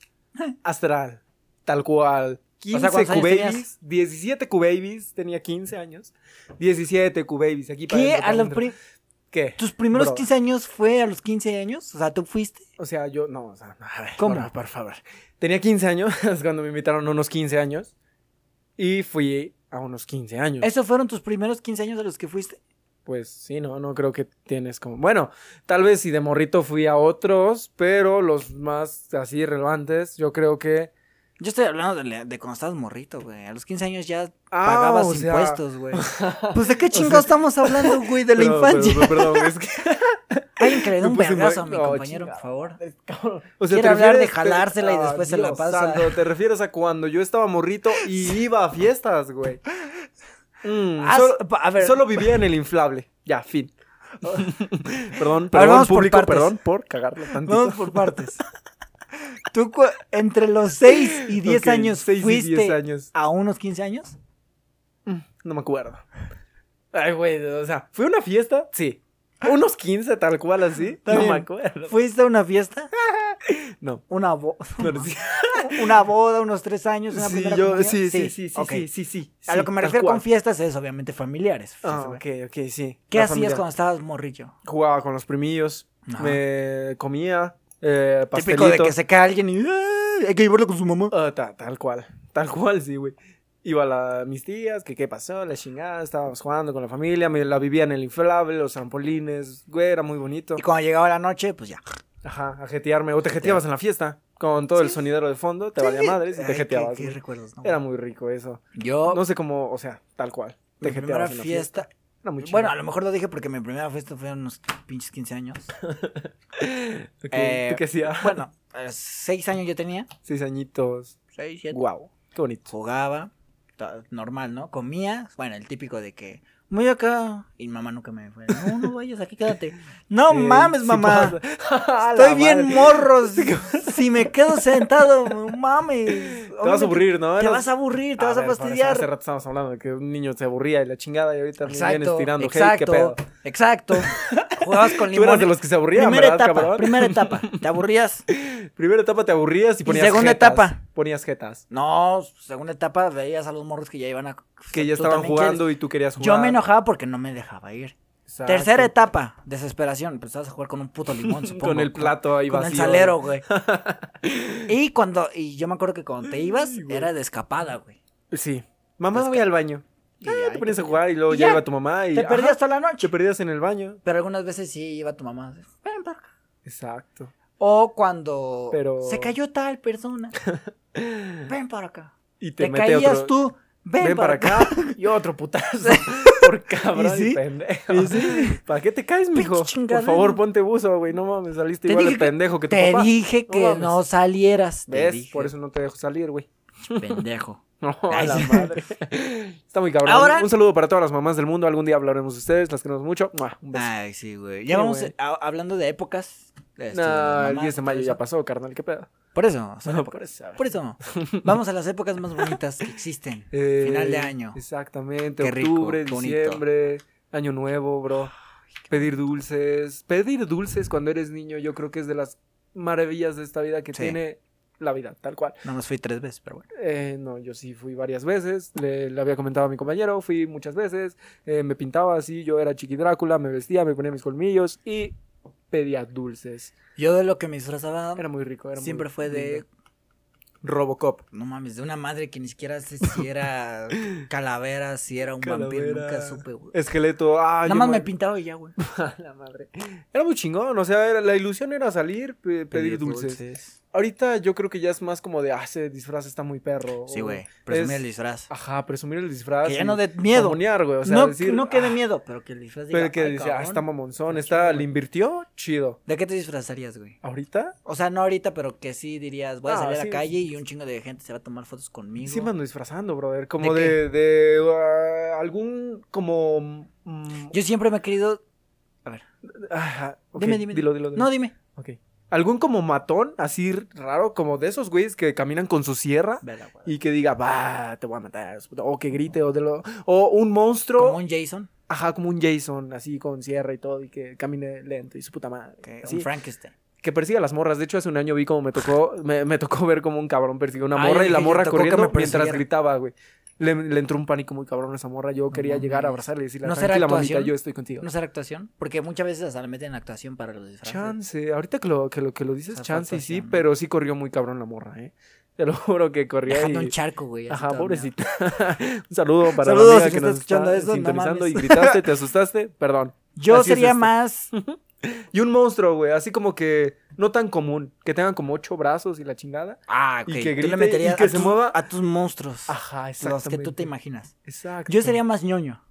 astral. Tal cual. O sea, 15 ¿cuántos años cubabies, tenías? 17 cubabies, tenía 15 años. 17 cubabies, aquí para ¿Qué? adentro, A para los adentro. pri- ¿Qué? ¿Tus primeros Bro. 15 años fue a los 15 años? O sea, ¿tú fuiste? O sea, yo, no, o sea, no, a ver, ¿Cómo? Por, por favor. Tenía 15 años, *laughs* cuando me invitaron a unos 15 años, y fui a unos 15 años. ¿Esos fueron tus primeros 15 años a los que fuiste? Pues sí, no, no creo que tienes como... Bueno, tal vez si de morrito fui a otros, pero los más así relevantes, yo creo que... Yo estoy hablando de, la- de cuando estabas morrito, güey. A los 15 años ya Ah, pagabas o sea, impuestos, *laughs* güey. Pues de qué chingados estamos hablando, güey, de la Perdón, infancia. perdón, perdón, *laughs* es *laughs* que... Alguien que le dé Me un puse vergazo a mal- mi No, compañero, chingada. por favor. O sea, Quiere ¿te hablar de refieres- te- jalársela y Ah, después se la Dios pasa. santo, ¿Te refieres a cuando yo estaba morrito y iba a *laughs* fiestas, güey? Ah, Mm, Haz- solo- pa- a ver, Solo vivía en el inflable. *laughs* Ya, fin. perdón, A ver, perdón, vamos por público, partes. perdón por cagarlo tantito. vamos por *laughs* partes. ¿Tú cu- entre los 6 y 10 *laughs* Ok, años seis y fuiste Mm. diez años. a unos 15 años? *laughs* No me acuerdo. Ay, güey, o sea, ¿fue una fiesta? Sí. Unos 15, tal cual, así. Está No bien. me acuerdo. ¿Fuiste a una fiesta? No. Una, bo- *laughs* no, no, sí, una boda, unos tres años, una sí, primera yo, comunión. sí, sí, sí, sí, ok. sí, sí, sí, A sí, lo que me tal refiero con cual. fiestas es obviamente familiares. Ah, ok, ok, sí. ¿Qué La hacías familia. cuando estabas morrillo? Jugaba con los primillos, Ajá. me comía, eh, Típico pastelitos. de que se cae alguien y "Ah, hay que llevarlo con su mamá. Ah, ta- tal cual, tal cual, sí, güey. Iba a la- mis tías, que qué pasó, la chingada, estábamos jugando con la familia, me la vivía en el inflable, los trampolines, güey, era muy bonito. Y cuando llegaba la noche, pues ya. Ajá, a jetearme, o te jeteabas en la fiesta, con todo el sonidero de fondo, te valía madres y Ay, te qué- jeteabas. qué güey. recuerdos, ¿no? Era muy rico eso. Yo, No sé cómo, o sea, tal cual. Te mi primera jeteabas en la fiesta. fiesta. Era muy chido. Bueno, a lo mejor lo dije porque mi primera fiesta fue a unos pinches 15 años. *laughs* Ok, eh, ¿tú qué hacías? *laughs* Bueno, 6 años yo tenía. Seis añitos. 6, 7. Wow, qué bonito. jugaba, ta- normal, ¿no? Comía, bueno, el típico de que, muy acá, y mamá nunca me fue, no, no vayas, aquí *laughs* quédate. No Eh, mames, sí mamá, *laughs* pasa. *laughs* A la estoy bien *laughs* madre. morros, si me quedo sentado, no mames. Te vas a aburrir, ¿no? Te Eras- vas a aburrir, te vas a ver, por eso Hace fastidiar. rato estábamos hablando de que un niño se aburría y la chingada y ahorita me vienes Exacto, tirando hate, qué exacto, pedo. exacto. Jugabas *laughs* con Tú eras limón. de los que se aburrían, Primera ¿verdad, etapa, cabrón? primera *laughs* etapa, te aburrías. Primera etapa te aburrías y Y ponías segunda jetas. etapa. Ponías jetas. No, segunda etapa veías a los morros que ya iban a... Que ya tú estaban también quieres. jugando y tú querías jugar. Yo me enojaba porque no me dejaba ir. Exacto. Tercera etapa, desesperación. Pues vas a jugar con un puto *laughs* limón, supongo. Con el plato ahí Con vacío. el salero, güey. *laughs* y cuando, y yo me acuerdo que cuando te ibas, Ay, güey. era de escapada, güey. Sí. Mamá, Pues, voy al baño. Y Ah, ahí te ponías a jugar y luego Y ya ya. iba tu mamá y... te ajá, perdías toda la noche. Te perdías en el baño. Pero algunas veces sí iba tu mamá. "Ven para acá". Exacto. O cuando Pero- se cayó tal *laughs* persona. Ven para acá. Y te, Te, metí caías otro... tú. Ven, Ven para acá. *laughs* Y *laughs* otro putazo. *laughs* Por cabrón ¿Y sí? y pendejo. Y sí. ¿Para qué te caes, mijo? Por chingadera. favor, ponte buzo, güey. No mames, saliste Te igual de dije que- pendejo que tu Te papá. dije No que mames. no, salieras. Te ¿Ves? dije, Por eso no te dejo salir, güey. *laughs* *laughs* Pendejo. No, a Ay, la sí. madre. Está muy cabrón. Ahora- Un saludo para todas las mamás del mundo. Algún día hablaremos de ustedes. Las queremos mucho. ¡Mua! Un beso. Ay, sí, güey. Ya Sí, vamos güey. a- hablando de épocas. este, de No, las el mamás, 10 de todo mayo eso. ya pasó, carnal. ¿Qué pedo? Por eso, son *laughs* No, épocas. por eso. Por eso, vamos a las épocas más bonitas que existen. *laughs* Eh, Final de año. Exactamente. Qué rico, octubre, qué bonito. diciembre, año nuevo, bro. Pedir dulces. Pedir dulces cuando eres niño, yo creo que es de las maravillas de esta vida que Sí. tiene la vida, tal cual. No más fui tres veces, pero bueno. Eh, no, yo sí fui varias veces, le, le había comentado a mi compañero, fui muchas veces, eh, me pintaba así, yo era chiqui Drácula, me vestía, me ponía mis colmillos y pedía dulces. Yo de lo que me disfrazaba Era muy rico, era muy siempre fue de, lindo. Robocop. no mames, de una madre que ni siquiera sé si *laughs* era calavera, si era un vampiro, Calavera. nunca supe, güey. Esqueleto, ah, Nada yo más me- me pintaba y ya, güey. A la madre. Era muy chingón, o sea, era- la ilusión era salir, pe- *laughs* pedir, dulces. Ahorita yo creo que ya es más como de, ah, ese disfraz está muy perro. Sí, o- güey. Presumir Oh, es- ah, el disfraz. Ajá, presumir el disfraz. que ya y no dé miedo. mamonear, güey, o sea, no, decir, no que dé "Ah, miedo, pero que el disfraz diga, Pero que "Ay, dice, ah, cabrón". está mamonzón, Está está, chido, le güey. invirtió, chido. ¿De qué te disfrazarías, güey? ¿Ahorita? O sea, no ahorita, pero que sí dirías, voy a Ah, salir a sí. la calle y un chingo de gente se va a tomar fotos conmigo. Sí me ando disfrazando, brother. Como ¿De de, de ah, algún, como... mm, Yo siempre me he querido. A ver. ajá, ok, Dime, dime. Dilo, dilo, dilo. No, dime. Ok. Algún como matón, así raro, como de esos güeyes que caminan con su sierra Verga, güey. y que diga, va, te voy a matar. O que grite, o de lo... O un monstruo, Como un Jason, ajá, como un Jason, así con sierra y todo, y que camine lento y su puta madre. que así. un Frankenstein. que persigue a las morras. De hecho, hace un año vi como me tocó, me, me tocó ver como un cabrón persiguió a una Ah, morra yo y la dije, morra tocó que me corriendo mientras persiguiera. gritaba, güey. Le, le entró un pánico muy cabrón a esa morra. Yo quería llegar a mames. abrazarle y decirle, ¿No será tranquila, mamita, actuación? yo estoy contigo. ¿No será actuación? Porque muchas veces hasta le meten actuación para los disfraces. Chance. Ahorita que lo, que lo, que lo dices, Esa fue chance y sí, actuación, ¿no? pero sí corrió muy cabrón la morra, ¿eh? Te lo juro que corría Dejando y... un charco, güey. así Ajá, todo pobrecita. *laughs* un saludo para Saludos, la amiga si que estás nos escuchando está esto, no sintonizando y mames. *laughs* gritaste, te asustaste, perdón. meado. Yo Así es sería esto. *laughs* más. Y un monstruo, güey, así como que no tan común, que tengan como ocho brazos y la chingada. Ah, ok. Y que tú grite le y meterías que a, se tus- mueva. a tus monstruos. Ajá, los que tú te exactamente. imaginas. Exacto. Yo *laughs* sería más ñoño.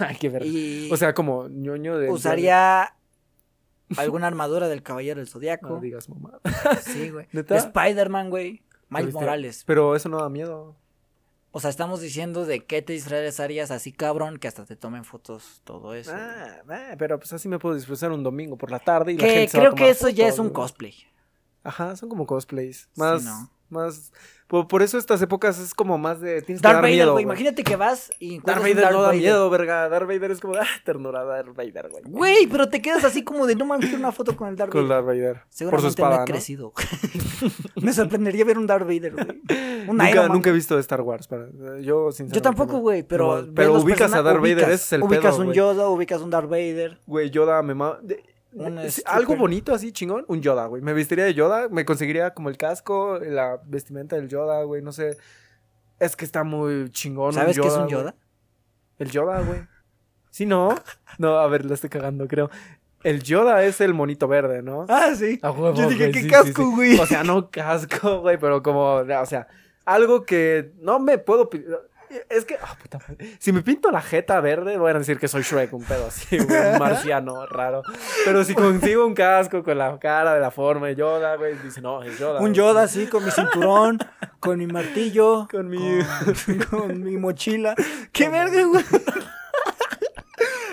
Ay, qué verga. Y O sea, como ñoño de. usaría alguna armadura del Caballero del No Zodiaco. digas mamá. sí, güey. Ah, ¿Neta? Spider-Man, güey. Miles Pero Morales. Pero eso no da miedo. O sea, estamos diciendo de qué te disfrazarías así, cabrón, que hasta te tomen fotos, todo eso. güey. Ah, ah, pero pues así me puedo disfrazar un domingo por la tarde y la Que gente se va a creo tomar que eso ya fotos, es un güey. cosplay. Ajá, son como cosplays. Sí, Más ¿no? Más. Por, por eso estas épocas es como más de. Tienes Darth que dar Vader, miedo. güey. güey. Imagínate que vas y Darth encuentras un Vader no da Vader. miedo, verga. Darth Vader es como. Ah, ternura, Darth Vader, güey. Güey, pero te quedas así como de no mames, quiero una foto con el Darth Con Vader. Darth Vader. Por Seguramente su no espada. ha ¿no? crecido. *laughs* Me sorprendería ver un Darth Vader, güey. Un Iron Nunca, Man. nunca he visto Star Wars. para- eh, Yo, sinceramente. Yo tampoco, no. güey, pero... No, ves pero los ubicas a persona- Darth Vader, ubicas- ese es el Ubicas pedo, un güey. Yoda, ubicas un Darth Vader. Güey, Yoda me ma- de- de- Un si- stripper. Algo bonito así, chingón, un Yoda, güey. Me vestiría de Yoda, me conseguiría como el casco, la vestimenta del Yoda, güey, no sé. Es que está muy chingón. un ¿Sabes qué es un güey. Yoda? El Yoda, güey. Sí, no. No, a ver, la estoy cagando, creo. El Yoda es el monito verde, ¿no? Ah, sí. A huevo, Yo dije, güey, ¿qué sí, sí, casco, sí. güey? O sea, no casco, güey, pero como, o sea, algo que no me puedo. pi- Es que, ah, puta madre. si me pinto la jeta verde, voy a decir que soy Shrek, un pedo así, *laughs* güey, un marciano raro. Pero si consigo un casco con la cara de la forma de Yoda, güey, dice, no, es Yoda. Un güey. Yoda así, con mi cinturón, con mi martillo. *laughs* Con mi- Con, *laughs* con mi mochila. ¡Qué verga, *laughs* güey!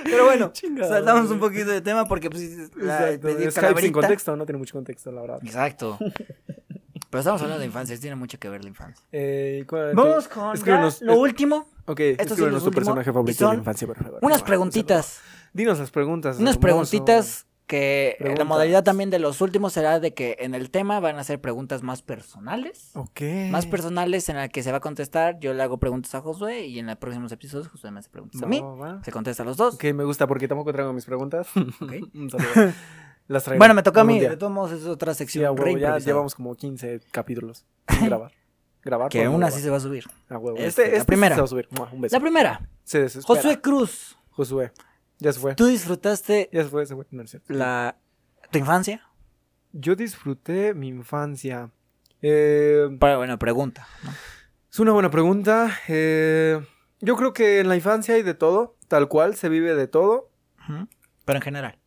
Pero bueno, Chingado, saltamos güey. un poquito de tema porque pues, la, *laughs* Exacto, pedí es Skype sin calaverita. contexto, no tiene mucho contexto, la verdad. *laughs* Exacto. Pero estamos hablando de infancia, tiene mucho que ver la infancia. Eh, ¿cuál- Vamos tú- con escríbenos- ya lo es- último. Ok, sí, escríbenos los tu últimos, personaje y favorito de son la infancia, por favor. Unas Vamos a hacerlo. preguntitas. Dinos las preguntas. Unas hermoso. preguntitas que eh, la Preguntas. modalidad también de los últimos será de que en el tema van a ser preguntas más personales. Ok. Más personales en la que se va a contestar. Yo le hago preguntas a Josué y en los próximos episodios Josué me hace preguntas Pues a mí. Va, va, va. Se contesta a los dos. Ok, me gusta porque tampoco traigo mis preguntas. *laughs* Ok. *laughs* Un saludo. Las traigo. Bueno, me toca a algún mí. día. De todos modos, es otra Sí, a sección. huevo, re ya improvisada, llevamos como 15 *laughs* capítulos sin grabar. Grabar. que pero aún no así se va a subir. grabar. A huevo. Este, Este, la este sí primera. se va a subir. Mua, Un beso. La primera, Se desespera. Josué Cruz. Josué. Ya se fue. ¿Tú disfrutaste Ya se fue, se fue. No, no es cierto. la tu infancia? Yo disfruté mi infancia. Eh, Para, bueno, pregunta. ¿no? Es una buena pregunta. Eh, yo creo que en la infancia hay de todo, tal cual, se vive de todo. Ujú. Pero en general.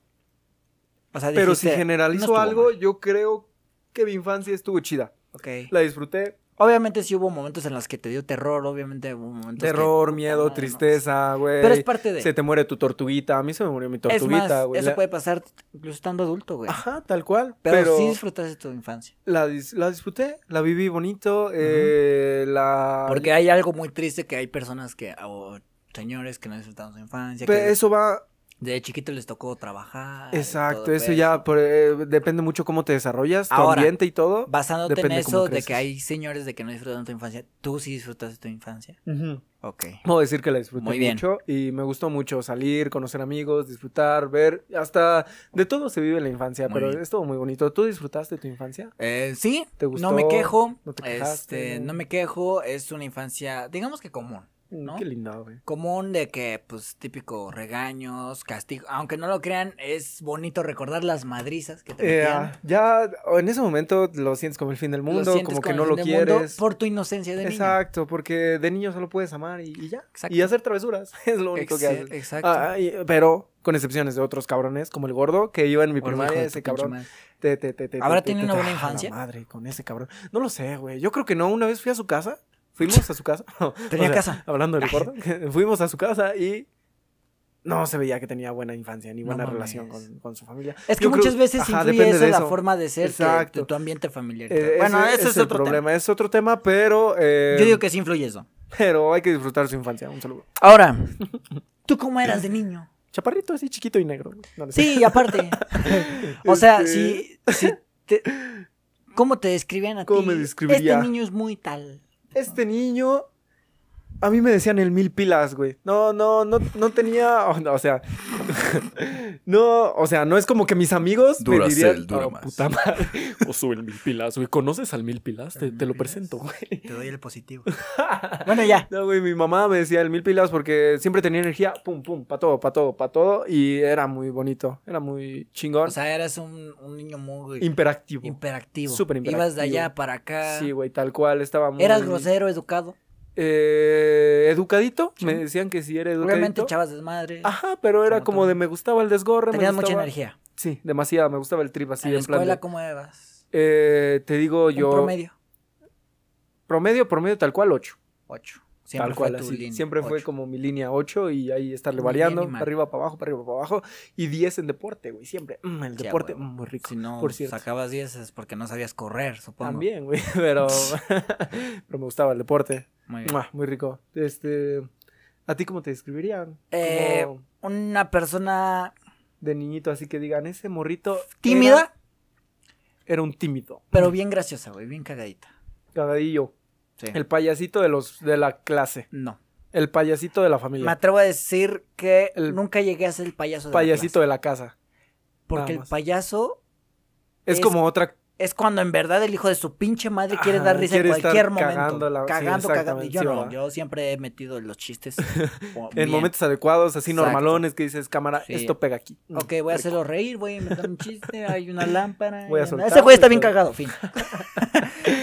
O sea, pero si dijiste, generalizo "No estuvo algo, mal". yo creo que mi infancia estuvo chida. Ok. La disfruté. Obviamente sí hubo momentos en los que te dio terror, obviamente hubo momentos que- Terror, miedo, madre, no. tristeza, güey. Pero es parte de... Se te muere tu tortuguita. A mí se me murió mi es tortuguita, más, güey. eso La- puede pasar incluso estando adulto, güey. Ajá, tal cual. Pero, Pero, sí disfrutaste tu infancia. la, dis- la disfruté, la viví bonito. eh, la... Porque hay algo muy triste que hay personas que... O señores que no disfrutaron su infancia, Pe- que Eso va, de chiquito les tocó trabajar. y exacto, todo eso ya eso. por- eh, depende mucho cómo te desarrollas, tu Ahora, ambiente y todo. Basándote en depende cómo eso de creces. que hay señores de que no disfrutaron tu infancia, tú sí disfrutaste tu infancia. Ujú. Ok. Puedo decir que la disfruté Muy bien. mucho y me gustó mucho salir, conocer amigos, disfrutar, ver, hasta de todo se vive en la infancia, Muy pero bien. estuvo muy bonito. ¿Tú disfrutaste tu infancia? Eh, sí, ¿Te gustó? no me quejo. ¿No te quejaste? este, no me quejo. Es una infancia, digamos que común. Mm, ¿No? Qué lindo, güey. Común de que, pues, típico regaños, castigo. Aunque no lo crean, es bonito recordar las madrizas que te Eh, metían. ya en ese momento lo sientes como el fin del Lo mundo, sientes como que el no lo fin del mundo quieres. por tu inocencia de niño. Exacto, porque de niño solo puedes amar y, y ya. Exacto. Y hacer travesuras, *laughs* es lo único que haces. Exacto. Ah, y- pero con excepciones de otros cabrones, como el gordo, que iba en mi Gordo, primaria, hijo de ese tu pinche cabrón. madre. Te- te- te- te- ¿Habrá te- tenido te- una buena ah, la infancia? madre, con ese cabrón. No lo sé, güey. Yo creo que no. Una vez fui a su casa. Fuimos a su casa. *laughs* Tenía casa. Hablando del gordo. *laughs* fuimos a su casa y no se veía que tenía buena infancia ni No buena mames. relación con, con su familia. Es que Yo creo- muchas veces ajá, influye depende eso, de la eso. forma de ser, que- Exacto. tu, tu ambiente familiar. y Eh, todo. bueno, ese ese es, otro problema. Es otro tema, pero. eh, tema. Yo digo que sí influye *laughs* eso. Pero hay que disfrutar su infancia. Un saludo. Ahora, ¿tú cómo eras de niño? Chaparrito así chiquito y negro. No, no sé. Sí, y *laughs* aparte. o sea, Este- si, si te- ¿Cómo te describían a ¿Cómo ti? me describiría? Este niño es muy tal. Este niño. A mí me decían el mil pilas, güey. No, no, no, no tenía. oh, no, o sea. *laughs* no, o sea, no es como que mis amigos. me Duracell dirían, dura "Oh, más". puta madre. *laughs* O sube el mil pilas, güey. ¿Conoces al mil pilas? Te, ¿Al te lo Mil Pilas? presento, güey. Te doy el positivo. bueno, ya. *laughs* No, güey, mi mamá me decía el mil pilas porque siempre tenía energía. Pum, pum, pa' todo, pa' todo, pa' todo. Y era muy bonito. Era muy chingón. O sea, eras un, un niño muy imperactivo. imperactivo. súper Ibas de allá imperactivo. para acá. sí, güey, tal cual. Estaba muy. Eras grosero, educado. Eh, educadito. Me decían que sí era educadito. Obviamente echabas desmadre. Ajá, pero era Como como todo. de me gustaba el desgorre. me Tenías mucha gustaba- energía. Sí, demasiado. Me gustaba el trip así. en la en plan de- escuela, ¿cómo eras? Eh, te digo Un yo. promedio. Promedio, promedio tal cual, 8. Ocho. O Siempre tal cual, fue tu así. línea, Siempre fue ocho. como mi línea 8 y ahí estarle Ni bien variando, ni mal. para arriba, para abajo, para arriba, para abajo. Y 10 en deporte, güey, siempre. Mm, el Sí, a deporte, huevo. mm, muy rico. Si no por cierto. sacabas 10 es porque no sabías correr, supongo. También, güey, *laughs* *laughs* pero, pero me gustaba el deporte. Muy bien. Mua, Ah, Muy rico. Este, ¿A ti cómo te describirían? Eh, Como Una persona de niñito, así que digan, ese morrito... era- tímida, Era un tímido, pero bien graciosa, güey, bien cagadita. cagadillo. Sí. El payasito de los de la clase. No. El payasito de la Me familia. atrevo a decir que El- nunca llegué a ser el payaso de la payasito clase, de la casa. porque nada el más. payaso Es, Es- como otra. es cuando en verdad el hijo de su pinche madre quiere Ajá, dar risa en quiere estar cualquier momento. cagando la- sí, Cagando, cagando. exactamente, Y Yo sí, no, ¿verdad? yo siempre he metido los *laughs* chistes o- En bien. momentos adecuados, así Exacto. normalones, que dices, cámara, Sí. esto pega aquí. Mm, Ok, voy a rico. hacerlo reír, voy a inventar un chiste, hay una lámpara. Voy a y- soltar, Ese güey está bien pero- cagado, *laughs* fin.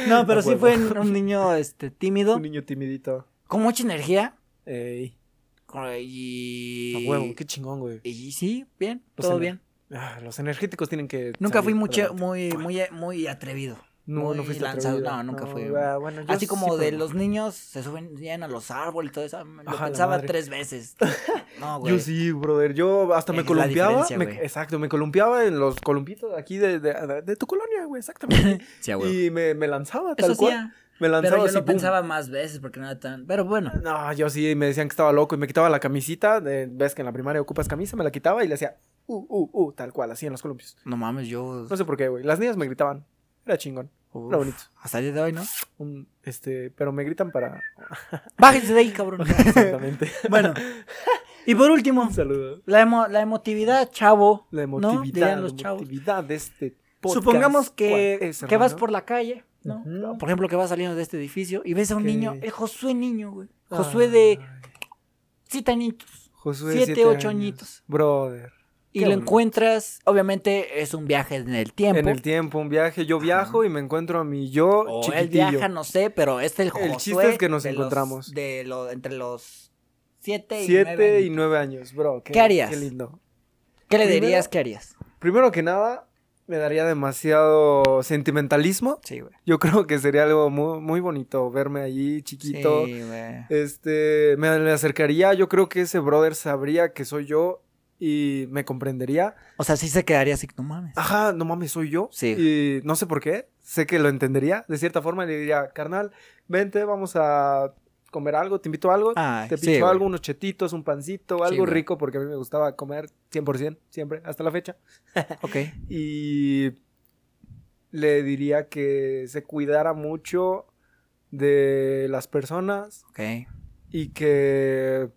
no, pero A sí huevo. fue un un niño este, tímido, Un niño timidito. con mucha energía. Ey, con- Y... a huevo, qué Pues chingón, güey. y sí, bien, Lo todo sé. bien. Ah, los energéticos tienen que. Nunca fui salir mucho, adelante. muy, muy, muy atrevido. No, no muy fuiste lanzado, atrevido. no, nunca fui. ah, bueno, yo Así como sí, de pero- los niños se subían a los árboles y todo eso. Lo Ajá, la pensaba madre. tres veces. *laughs* No, güey. Yo sí, brother. Yo hasta me Es la columpiaba. diferencia, me- güey. exacto, me columpiaba en los columpitos aquí de, de, de- de tu colonia, güey, exactamente. *laughs* Sí, a Ah, huevo. y me, me lanzaba tal Eso sí, cual. ah, Me lanzaba pero yo así, lo boom. pensaba más veces porque no era tan... Pero bueno, No, yo sí, me decían que estaba loco y me quitaba la camisita. de- ves que en la primaria ocupas camisa, me la quitaba y le hacía, uh, uh, uh, tal cual, así en los columpios. no mames, yo... No sé por qué, güey. Las niñas me gritaban. Era chingón, Uf, era bonito. hasta el día de hoy, ¿no? Un, este, pero me *laughs* gritan para. Bájense de ahí, cabrón. *laughs* Exactamente. *laughs* bueno, y por último, Un saludo. la, emo- la emotividad, chavo. La ¿no? emotividad, Dirían los la chavos. emotividad de este podcast. Supongamos que, ¿Cuál es, que vas hermano? por la calle, ¿no? Ujú. Por ejemplo, que vas saliendo de este edificio y ves a un Que- niño, el Josué niño, güey. Josué de siete añitos, Ah. Josué, siete, siete ocho años. añitos. Brother. Y Qué lo bonito. encuentras, obviamente es un viaje en el tiempo. En el tiempo, un viaje. Yo viajo y me encuentro a mi yo o él chiquitillo. viaja, no sé, pero es el Josué. chiste es que nos de los- encontramos. de lo- entre los siete y nueve Siete y años. nueve años, bro. ¿Qué harías? Qué lindo. ¿Qué le primero- dirías que harías? Primero que nada, me daría demasiado sentimentalismo. Sí, güey. Yo *laughs* creo que sería algo muy, muy bonito verme allí chiquito. Sí, güey. Este, me, me acercaría. Yo creo que ese brother sabría que soy yo y me comprendería. O sea, sí se quedaría así, no mames. Ajá, no mames, soy yo. Sí. Y no sé por qué. Sé que lo entendería de cierta forma. y Le diría, carnal, vente, vamos a comer algo, te invito a algo. Ay, te Ah, sí, picho güey. algo, unos chetitos, un pancito, algo güey. rico, porque a mí me gustaba comer 100%, siempre, hasta la fecha. Ok. Y le diría que se cuidara mucho de las personas Ok. y que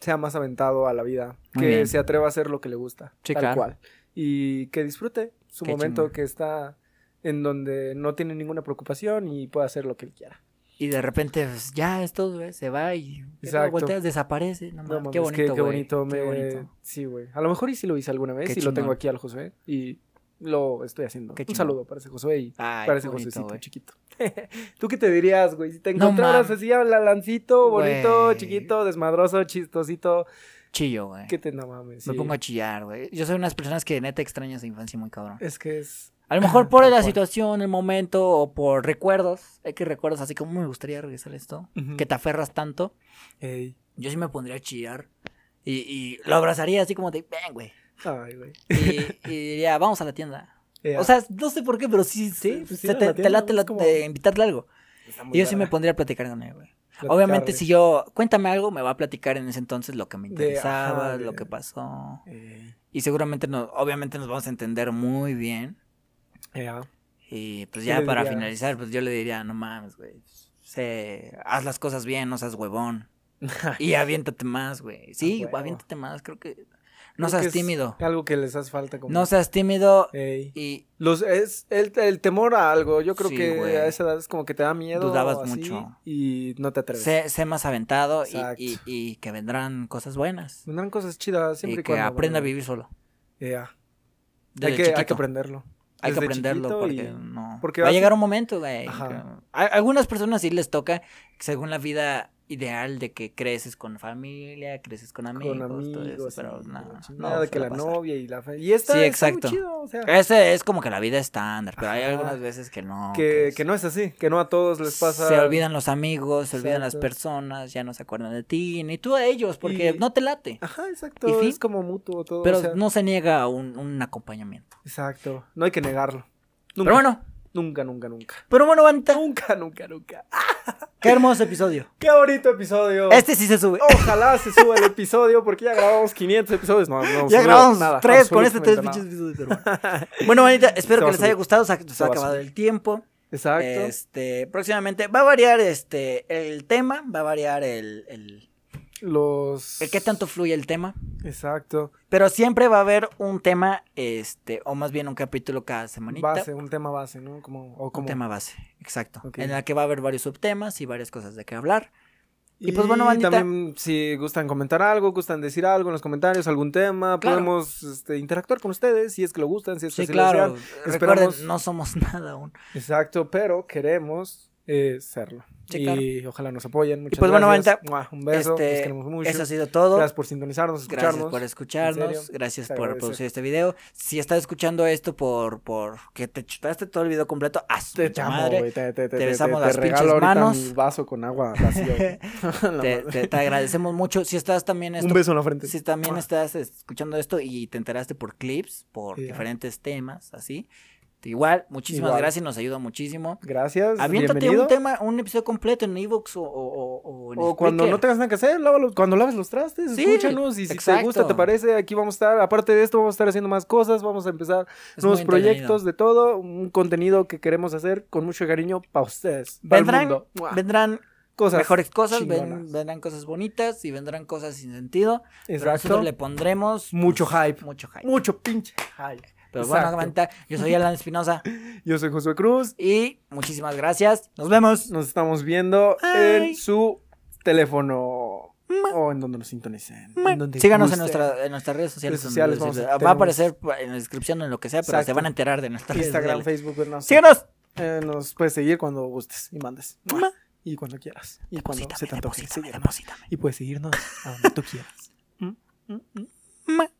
sea más aventado a la vida, Muy que bien. se atreva a hacer lo que le gusta, Sí, tal claro. cual, y que disfrute su Qué momento chingón. que está en donde no tiene ninguna preocupación y puede hacer lo que él quiera. Y de repente, pues, ya es todo, güey, se va y Exacto. volteas, desaparece. No, No mames, mames, Ah, qué bonito, qué, qué güey, bonito, me- qué bonito. Sí, güey. A lo mejor y si lo hice alguna vez Qué y lo tengo chingón. aquí al Josué y lo estoy haciendo. Qué Un chingón. saludo para ese Josué y Ay, para qué ese bonito, Josuecito güey. chiquito. *laughs* ¿Tú qué te dirías, güey? Si te No encontraras mames. así, la lancito, bonito, Güey. chiquito, desmadroso, chistosito, Chillo, güey. ¿qué te no mames? Me sí. pongo a chillar, güey. Yo soy unas personas que neta extraña su infancia muy cabrón. Es que es... A lo mejor por Tal la cual. situación, el momento o por recuerdos. Hay que recuerdos así como me gustaría regresar a esto. Ujú. Que te aferras tanto. Ey. Yo sí me pondría a chillar. Y, y lo abrazaría así como de, ven, güey. Ay, güey. Y, *laughs* y diría, vamos a la tienda. Ea. O sea, no sé por qué, pero sí, sí. Sí, pues, se ir a te, la te tienda, late ¿no? la- Es como- de invitarle algo. ah, Está Y muy yo sí me verga. pondría a platicar con él, güey. Platicar, Obviamente, güey. si yo, cuéntame algo, me va a platicar en ese entonces lo que me De, ajá, interesaba, de- lo que pasó. Ey. Y seguramente, nos, obviamente, nos vamos a entender muy bien. Ea. Y pues ¿Qué ya le para dirías? finalizar, pues yo le diría, no mames, güey. sé- haz las cosas bien, no seas huevón. y aviéntate más, güey. Sí, huevo. aviéntate más, creo que... *laughs* No Creo seas que es tímido. Algo que les hace falta como... No seas tímido Ey. y Los, es el, el temor a algo. Yo creo Sí, que güey. a esa edad es como que te da miedo. Dudabas o así, mucho. Y no te atreves. sé, sé más aventado y, Exacto. y- y que vendrán cosas buenas. Vendrán cosas chidas y siempre y que cuando, aprenda a bueno, vivir solo. ya. desde Hay, que, hay que chiquito. aprenderlo. Hay que desde aprenderlo porque chiquito y- no. porque va a vas- llegar un momento, güey. Ajá. que- a- algunas personas sí les toca, según la vida ideal de que creces con familia, creces con amigos, con todo eso, amigos. pero y no, la no chingada de que suele la pasar. novia y la. fa- Y esta Sí, está muy exacto. Eh, chido, o sea, Ese es como que la vida estándar, pero hay Ajá. algunas veces que no. que, es- que no es así, que no a todos les pasa. Se olvidan los amigos, se olvidan las Exacto. personas, ya no se acuerdan de ti, ni tú a ellos, porque Y- no te late. Ajá, exacto. ¿Y fin? Es como mutuo todo. Pero o sea, no se niega a un, un acompañamiento. Exacto. No hay que negarlo. Nunca, Pero bueno, nunca, *laughs* nunca, nunca. pero bueno, bandita, Nunca, nunca, nunca. Ah, qué hermoso *laughs* episodio. ¡Qué bonito episodio! Este sí se sube. Ojalá se suba el episodio porque ya grabamos 500 episodios. No, no hemos ya subido grabamos tres con este absolutamente tres nada. pinches episodios. Pero bueno. *laughs* bueno, bandita, Se espero va que a les haya subir. gustado. Se ha, se Se ha va a acabado subir. el tiempo. Exacto. Este, próximamente va a variar este el tema, va a variar el, el, Los. el qué tanto fluye el tema. Exacto. Pero siempre va a haber un tema, este, o más bien un capítulo cada semanita. Base, un tema base, ¿no? Como, o como... Un tema base, exacto. Ok. En la que va a haber varios subtemas y varias cosas de qué hablar. Y, Y, pues, bueno, bandita. también si gustan comentar algo, gustan decir algo en los comentarios, algún tema, Claro. podemos este, interactuar con ustedes si es que lo gustan, si es que Sí, así lo claro. desean. Recuerden, Esperamos- no somos *laughs* nada aún. Exacto, pero queremos eh, serlo. Sí, y ojalá nos apoyen. Muchas pues, bueno, gracias. bandita, Mua, un beso, Este, los queremos mucho. Eso ha sido todo. Gracias por sintonizarnos, Gracias escucharnos. por en serio, escucharnos, gracias se por agradece. producir este video. Si estás escuchando esto por, por que te chutaste todo el video completo, a su Te amo, madre. güey, Te, te, te, Te besamos te las regalo pinches ahorita manos. mi vaso con agua *laughs* vacío. *laughs* güey. La Te, madre. te- te agradecemos mucho. Si estás también esto, un beso Ah. en la frente. si también estás escuchando esto y te enteraste por clips, por Ya. diferentes temas, así. Igual, muchísimas Igual. gracias, nos ayuda muchísimo. Gracias. Aviéntate bienvenido. un tema, un episodio completo en Evox o, o, o- o en O cuando Spreaker. no tengas nada que hacer, lávalo- cuando laves los trastes, Sí, escúchanos. Y si te gusta, exacto. te parece, aquí vamos a estar. Aparte de esto, vamos a estar haciendo más cosas. Vamos a empezar Es muy nuevos entretenido. proyectos de todo. Un contenido que queremos hacer con mucho cariño para ustedes. Para el Vendrán, mundo. ¡Mua! vendrán cosas. mejores cosas, ven- chingonas. vendrán cosas bonitas y vendrán cosas sin sentido. Pero Exacto. nosotros le pondremos pues, Mucho hype. Mucho hype. Mucho pinche hype. Pero bueno, Exacto. banda, yo soy Alan Espinosa Yo soy Josué Cruz. y muchísimas gracias. Nos vemos. Nos estamos viendo Bye. en su teléfono. O en donde nos sintonicen. en donde Síganos en, gusten. nuestra, en nuestras redes sociales. Redes sociales, donde- vamos a- va a aparecer en la descripción, en lo que sea, pero se Exacto. van a enterar de nuestras Instagram, redes sociales. Facebook, no sé. Síganos. Eh, nos puedes seguir cuando gustes y mandes. Ma. Y cuando quieras. Y cuando Deposítame, se te antoje deposítame, seguirnos. deposítame. Y puedes seguirnos a donde tú quieras. Mm, mm, mm. Ma.